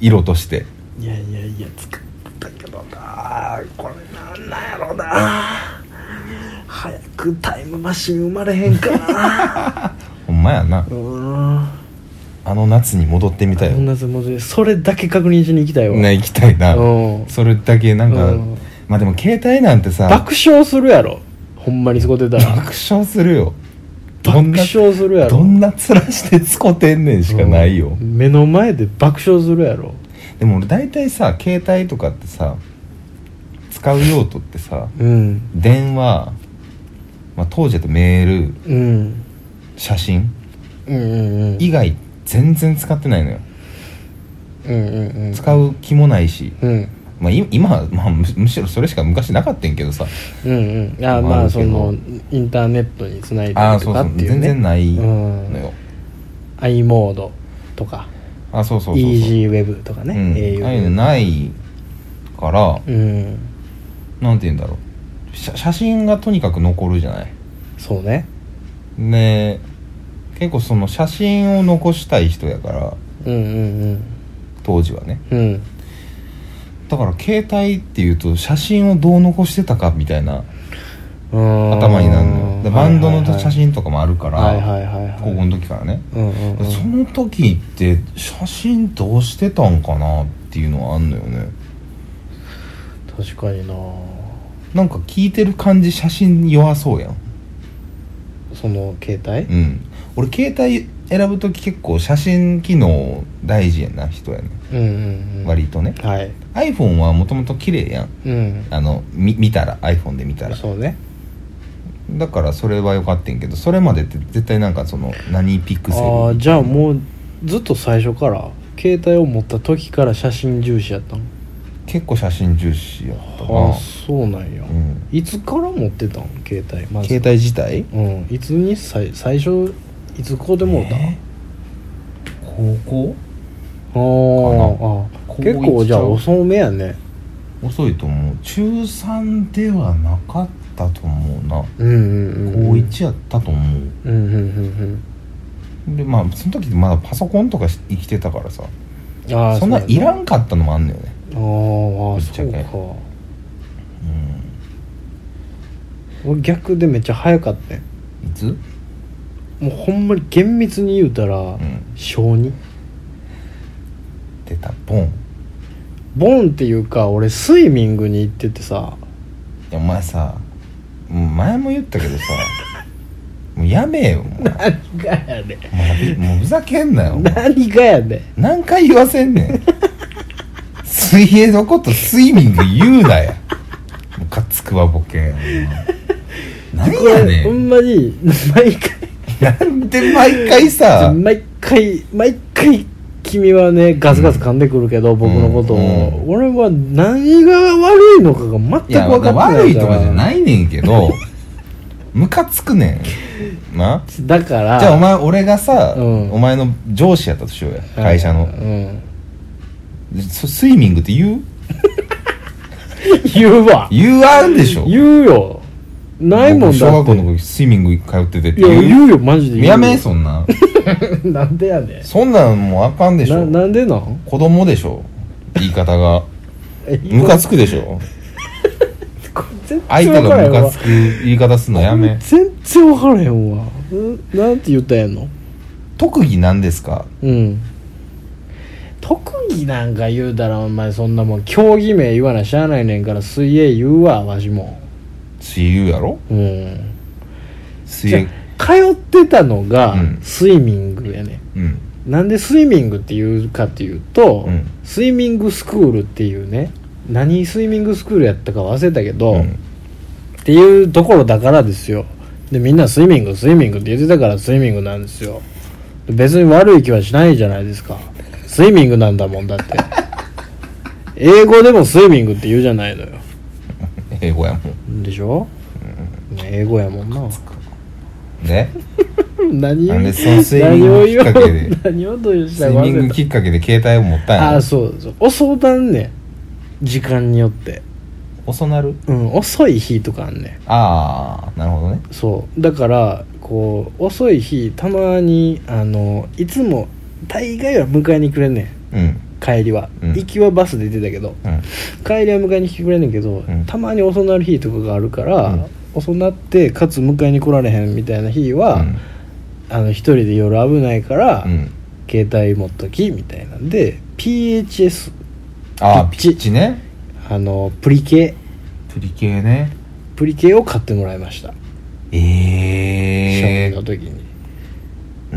[SPEAKER 1] 色として
[SPEAKER 2] いやいやいや作ったけどなこれなんなんやろな早くタイムマシン生まれへんか
[SPEAKER 1] *laughs*
[SPEAKER 2] な
[SPEAKER 1] ほんまやな
[SPEAKER 2] うーん
[SPEAKER 1] あの夏に戻ってみたいよ
[SPEAKER 2] 同じもでそれだけ確認しに行きたいわ、
[SPEAKER 1] ね行きたいな
[SPEAKER 2] うん
[SPEAKER 1] それだけなんか
[SPEAKER 2] うん
[SPEAKER 1] まあでも携帯なんてさ
[SPEAKER 2] 爆笑するやろほんまにそこ出たら
[SPEAKER 1] 爆笑するよどん
[SPEAKER 2] 爆
[SPEAKER 1] な
[SPEAKER 2] 笑するやろ
[SPEAKER 1] どんな面してつこてんねんしかないよ、
[SPEAKER 2] うん目の前で爆笑するやろ
[SPEAKER 1] でも俺大体さ携帯とかってさ使う用途ってさ
[SPEAKER 2] うん
[SPEAKER 1] 電話、まあ、当時だとメール
[SPEAKER 2] うん
[SPEAKER 1] 写真
[SPEAKER 2] うんうんうん
[SPEAKER 1] 以外全然使ってないのよ
[SPEAKER 2] うんうんうん
[SPEAKER 1] 使う気もないし、
[SPEAKER 2] うん
[SPEAKER 1] まあ、い今は、まあ、むむしろそれしか昔なかったんけどさ
[SPEAKER 2] うんうんあ
[SPEAKER 1] まあ
[SPEAKER 2] ま
[SPEAKER 1] あ
[SPEAKER 2] あ
[SPEAKER 1] るけ
[SPEAKER 2] そ
[SPEAKER 1] ど
[SPEAKER 2] のインターネットにつないで
[SPEAKER 1] ああ
[SPEAKER 2] ると
[SPEAKER 1] そう
[SPEAKER 2] か
[SPEAKER 1] そう
[SPEAKER 2] っていうね
[SPEAKER 1] 全然ないの
[SPEAKER 2] うん
[SPEAKER 1] よ、
[SPEAKER 2] i モードとか
[SPEAKER 1] あそうそうそうそう
[SPEAKER 2] EasyWeb とかね、
[SPEAKER 1] うん、ああいうのないから、
[SPEAKER 2] うん
[SPEAKER 1] なんて言うんだろう写写真がとにかく残るじゃない
[SPEAKER 2] そうね
[SPEAKER 1] ね結構その写真を残したい人やから
[SPEAKER 2] うんうん
[SPEAKER 1] 当時はね
[SPEAKER 2] うんうん
[SPEAKER 1] だから携帯っていうと写真をどう残してたかみたいな頭
[SPEAKER 2] 頭
[SPEAKER 1] になるのよでバンドの写真とかもあるから、
[SPEAKER 2] はいはいはいはい
[SPEAKER 1] 高校の時からね、
[SPEAKER 2] うんうんうん
[SPEAKER 1] その時って写真どうしてたんかなっていうのはあんのよね
[SPEAKER 2] 確かにな
[SPEAKER 1] なんか聞いてる感じ写真弱そうやん
[SPEAKER 2] その携
[SPEAKER 1] う
[SPEAKER 2] 帯
[SPEAKER 1] ん俺携帯選ぶ時結構写真機能大事やな人やね
[SPEAKER 2] うんうんうん
[SPEAKER 1] 割とね
[SPEAKER 2] はい
[SPEAKER 1] iPhone はもともと綺麗やん
[SPEAKER 2] うん
[SPEAKER 1] あのみ見たら iPhone で見たら
[SPEAKER 2] そうね
[SPEAKER 1] だからそれは良かったんけどそれまでって絶対なんかその何ピクセル
[SPEAKER 2] ああじゃあもうずっと最初から携帯を持った時から写真重視やったの
[SPEAKER 1] 結構写真重視やった
[SPEAKER 2] あ
[SPEAKER 1] な
[SPEAKER 2] あそうなんや
[SPEAKER 1] うん
[SPEAKER 2] いつから持ってたん携帯まず
[SPEAKER 1] 携帯自体
[SPEAKER 2] うんいつに最最初いつこうで
[SPEAKER 1] で
[SPEAKER 2] もうた、
[SPEAKER 1] え高
[SPEAKER 2] ああ
[SPEAKER 1] かな
[SPEAKER 2] 結構じゃあ
[SPEAKER 1] 高一ちゃ
[SPEAKER 2] 遅めやね
[SPEAKER 1] 校遅いと思う中3ではなかったと思うな
[SPEAKER 2] うんうんうん
[SPEAKER 1] 高1やったと思う
[SPEAKER 2] うんうんうん
[SPEAKER 1] でまあその時まだパソコンとかし生きてたからさ
[SPEAKER 2] うんああ
[SPEAKER 1] そんな
[SPEAKER 2] うや
[SPEAKER 1] いらんかったのもあんのよね
[SPEAKER 2] あーあ
[SPEAKER 1] ぶ
[SPEAKER 2] ー
[SPEAKER 1] っちゃ
[SPEAKER 2] そう
[SPEAKER 1] け
[SPEAKER 2] か
[SPEAKER 1] う
[SPEAKER 2] 俺逆でめっちゃ早かったよ
[SPEAKER 1] んいつ
[SPEAKER 2] もうほんまに厳密に言うたら、
[SPEAKER 1] ん
[SPEAKER 2] 小2
[SPEAKER 1] 出たボンい
[SPEAKER 2] ボンっていうか俺スイミングに行っててさ
[SPEAKER 1] やお前さもう前も言った *laughs* けどさもうやめよお前
[SPEAKER 2] 何がやね
[SPEAKER 1] お前もうふざけんなよお前
[SPEAKER 2] 何がやね
[SPEAKER 1] 何回言わせんねん水泳のことスイミング言うなやムカつくわボ *laughs* ケ何やね
[SPEAKER 2] ほ
[SPEAKER 1] ん
[SPEAKER 2] んまに毎回
[SPEAKER 1] なんで毎回 *laughs* さ
[SPEAKER 2] 毎回毎回君はねガツガツ噛んでくるけど、僕のことを、
[SPEAKER 1] うんうん
[SPEAKER 2] 俺は何が悪いのかが全
[SPEAKER 1] いや
[SPEAKER 2] く分かってないから
[SPEAKER 1] 悪いとかじゃないねんけ
[SPEAKER 2] *laughs*
[SPEAKER 1] どムカつくねんな
[SPEAKER 2] だから
[SPEAKER 1] じゃあお前俺がさ、
[SPEAKER 2] うん
[SPEAKER 1] お前の上司やったとしようや
[SPEAKER 2] はい
[SPEAKER 1] 会社の、
[SPEAKER 2] うん、
[SPEAKER 1] そスイミングって言う
[SPEAKER 2] 言うわ
[SPEAKER 1] 言わんでしょ
[SPEAKER 2] 言うよないもんだっ
[SPEAKER 1] 僕
[SPEAKER 2] て
[SPEAKER 1] 小学校の時スイミング通っててって
[SPEAKER 2] いや
[SPEAKER 1] 言う
[SPEAKER 2] 言うよマジで言うよ
[SPEAKER 1] やめそんなん
[SPEAKER 2] *laughs* なんでやね
[SPEAKER 1] そんなんもうあかんで
[SPEAKER 2] ん
[SPEAKER 1] し
[SPEAKER 2] な
[SPEAKER 1] ょ
[SPEAKER 2] なんでなん
[SPEAKER 1] 子供でしょ言い方がムカつくでしょ
[SPEAKER 2] これ
[SPEAKER 1] 相手がムカつく言い方すんのやめ
[SPEAKER 2] 全然分からへんわんなんて言ったんやんの
[SPEAKER 1] 特技なんですか
[SPEAKER 2] うん特技なんか言うたらお前そんなもん競技名言わなしゃあないねんから水泳言うわわしも
[SPEAKER 1] 水泳言うやろ
[SPEAKER 2] うん
[SPEAKER 1] 水
[SPEAKER 2] じゃ
[SPEAKER 1] 泳
[SPEAKER 2] 通ってたのが
[SPEAKER 1] うん
[SPEAKER 2] スイミングやね、
[SPEAKER 1] うん
[SPEAKER 2] ん、なんでスイミングっていうかっていうと、
[SPEAKER 1] うん
[SPEAKER 2] スイミングスクールっていうね何スイミングスクールやったか忘れたけど、
[SPEAKER 1] うん
[SPEAKER 2] っていうところだからですよでみんなスイミングスイミングって言ってたからスイミングなんですよで別に悪い気はしないじゃないですかスイミングなんだも
[SPEAKER 1] *laughs*
[SPEAKER 2] んだって英語でもスイミングって言うじゃないのよ
[SPEAKER 1] 英語やもん
[SPEAKER 2] でしょ、ね英語やもんな *laughs*
[SPEAKER 1] で
[SPEAKER 2] 何を
[SPEAKER 1] なんでそのスイミングきっかけで
[SPEAKER 2] 何をどうし
[SPEAKER 1] ス
[SPEAKER 2] た
[SPEAKER 1] イ
[SPEAKER 2] か
[SPEAKER 1] ミン
[SPEAKER 2] 忘
[SPEAKER 1] グ
[SPEAKER 2] れ
[SPEAKER 1] きっかけで携帯を持ったん
[SPEAKER 2] た
[SPEAKER 1] や
[SPEAKER 2] あ
[SPEAKER 1] ろ
[SPEAKER 2] あそうそう遅だんねん時間によって
[SPEAKER 1] 遅なる
[SPEAKER 2] うん遅い日とかあんねん
[SPEAKER 1] ああなるほどね
[SPEAKER 2] そうだからこう遅い日たまにあのいつも大概は迎えにくれんねん
[SPEAKER 1] うん
[SPEAKER 2] 帰りは、
[SPEAKER 1] うん
[SPEAKER 2] 行きはバスで出たけど
[SPEAKER 1] うん
[SPEAKER 2] 帰りは迎えに来てくれんねんけど、
[SPEAKER 1] ん
[SPEAKER 2] たまに遅なる日とかがあるから、
[SPEAKER 1] うん
[SPEAKER 2] 遅なってかつ迎えに来られへんみたいな日
[SPEAKER 1] う
[SPEAKER 2] は、
[SPEAKER 1] ん
[SPEAKER 2] あの一人で夜危ないから、
[SPEAKER 1] うん
[SPEAKER 2] 携帯持っときみたいなんで PHS
[SPEAKER 1] ああ
[SPEAKER 2] ピ
[SPEAKER 1] ピ
[SPEAKER 2] ッ
[SPEAKER 1] ッ
[SPEAKER 2] チ
[SPEAKER 1] チね
[SPEAKER 2] あのプリケ
[SPEAKER 1] プリ系ね
[SPEAKER 2] プリケを買ってもらいました、初
[SPEAKER 1] え
[SPEAKER 2] 任
[SPEAKER 1] え
[SPEAKER 2] の時に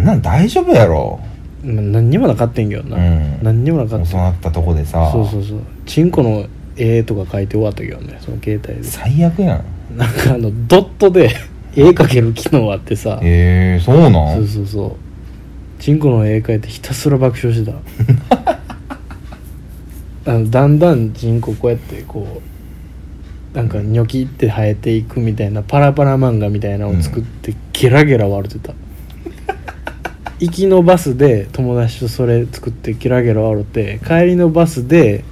[SPEAKER 1] なん大丈夫やろ
[SPEAKER 2] まあ何にもなかったんけどな、
[SPEAKER 1] うん
[SPEAKER 2] 何にもなかっ
[SPEAKER 1] 遅
[SPEAKER 2] た
[SPEAKER 1] なったとこでさ
[SPEAKER 2] そうそうそうチンコの絵とか書いて終わったけどねその携帯で
[SPEAKER 1] 最悪やん
[SPEAKER 2] なんかあのドットで絵描ける機能あってさ
[SPEAKER 1] ええそうな
[SPEAKER 2] そうんそうそうチンコの絵描いてひたすら爆笑して
[SPEAKER 1] *laughs*
[SPEAKER 2] たあのだんだんチンコこうやってこうなんかニョキって生えていくみたいなパラパラ漫画みたいなのを作ってゲラゲラ笑っ
[SPEAKER 1] *laughs*
[SPEAKER 2] てた行きのバスで友達とそれ作ってゲラゲラ笑って帰りのバスで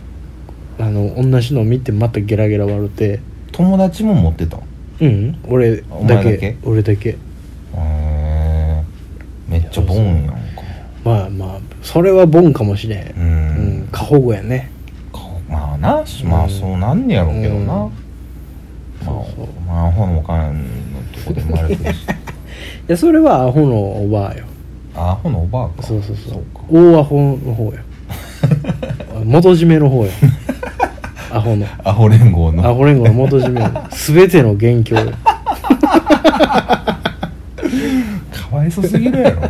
[SPEAKER 2] あの同じのを見てまたゲラゲラ笑って
[SPEAKER 1] 友達も持ってた
[SPEAKER 2] うん俺だ
[SPEAKER 1] お前だ
[SPEAKER 2] け
[SPEAKER 1] け
[SPEAKER 2] 俺だけ
[SPEAKER 1] へえめっちゃボンやんか
[SPEAKER 2] まあまあそれはボンかもしれん
[SPEAKER 1] う
[SPEAKER 2] うん
[SPEAKER 1] ん、
[SPEAKER 2] 過保護やね
[SPEAKER 1] 顔まあなまあそうなんねやろうけどな、
[SPEAKER 2] うん
[SPEAKER 1] まあ
[SPEAKER 2] そうそう
[SPEAKER 1] まあアホのおかんのとこで生まれて
[SPEAKER 2] *laughs*
[SPEAKER 1] るし
[SPEAKER 2] いやそれはアホのおばあよ
[SPEAKER 1] アホのおばあか
[SPEAKER 2] そうそうそう
[SPEAKER 1] か
[SPEAKER 2] 大アホの方 *laughs* よ元締めの方よア *laughs* ホの
[SPEAKER 1] アホ連合の
[SPEAKER 2] アホ連合の元締めの全ての *laughs* 元凶よ
[SPEAKER 1] かわいそすぎるやろ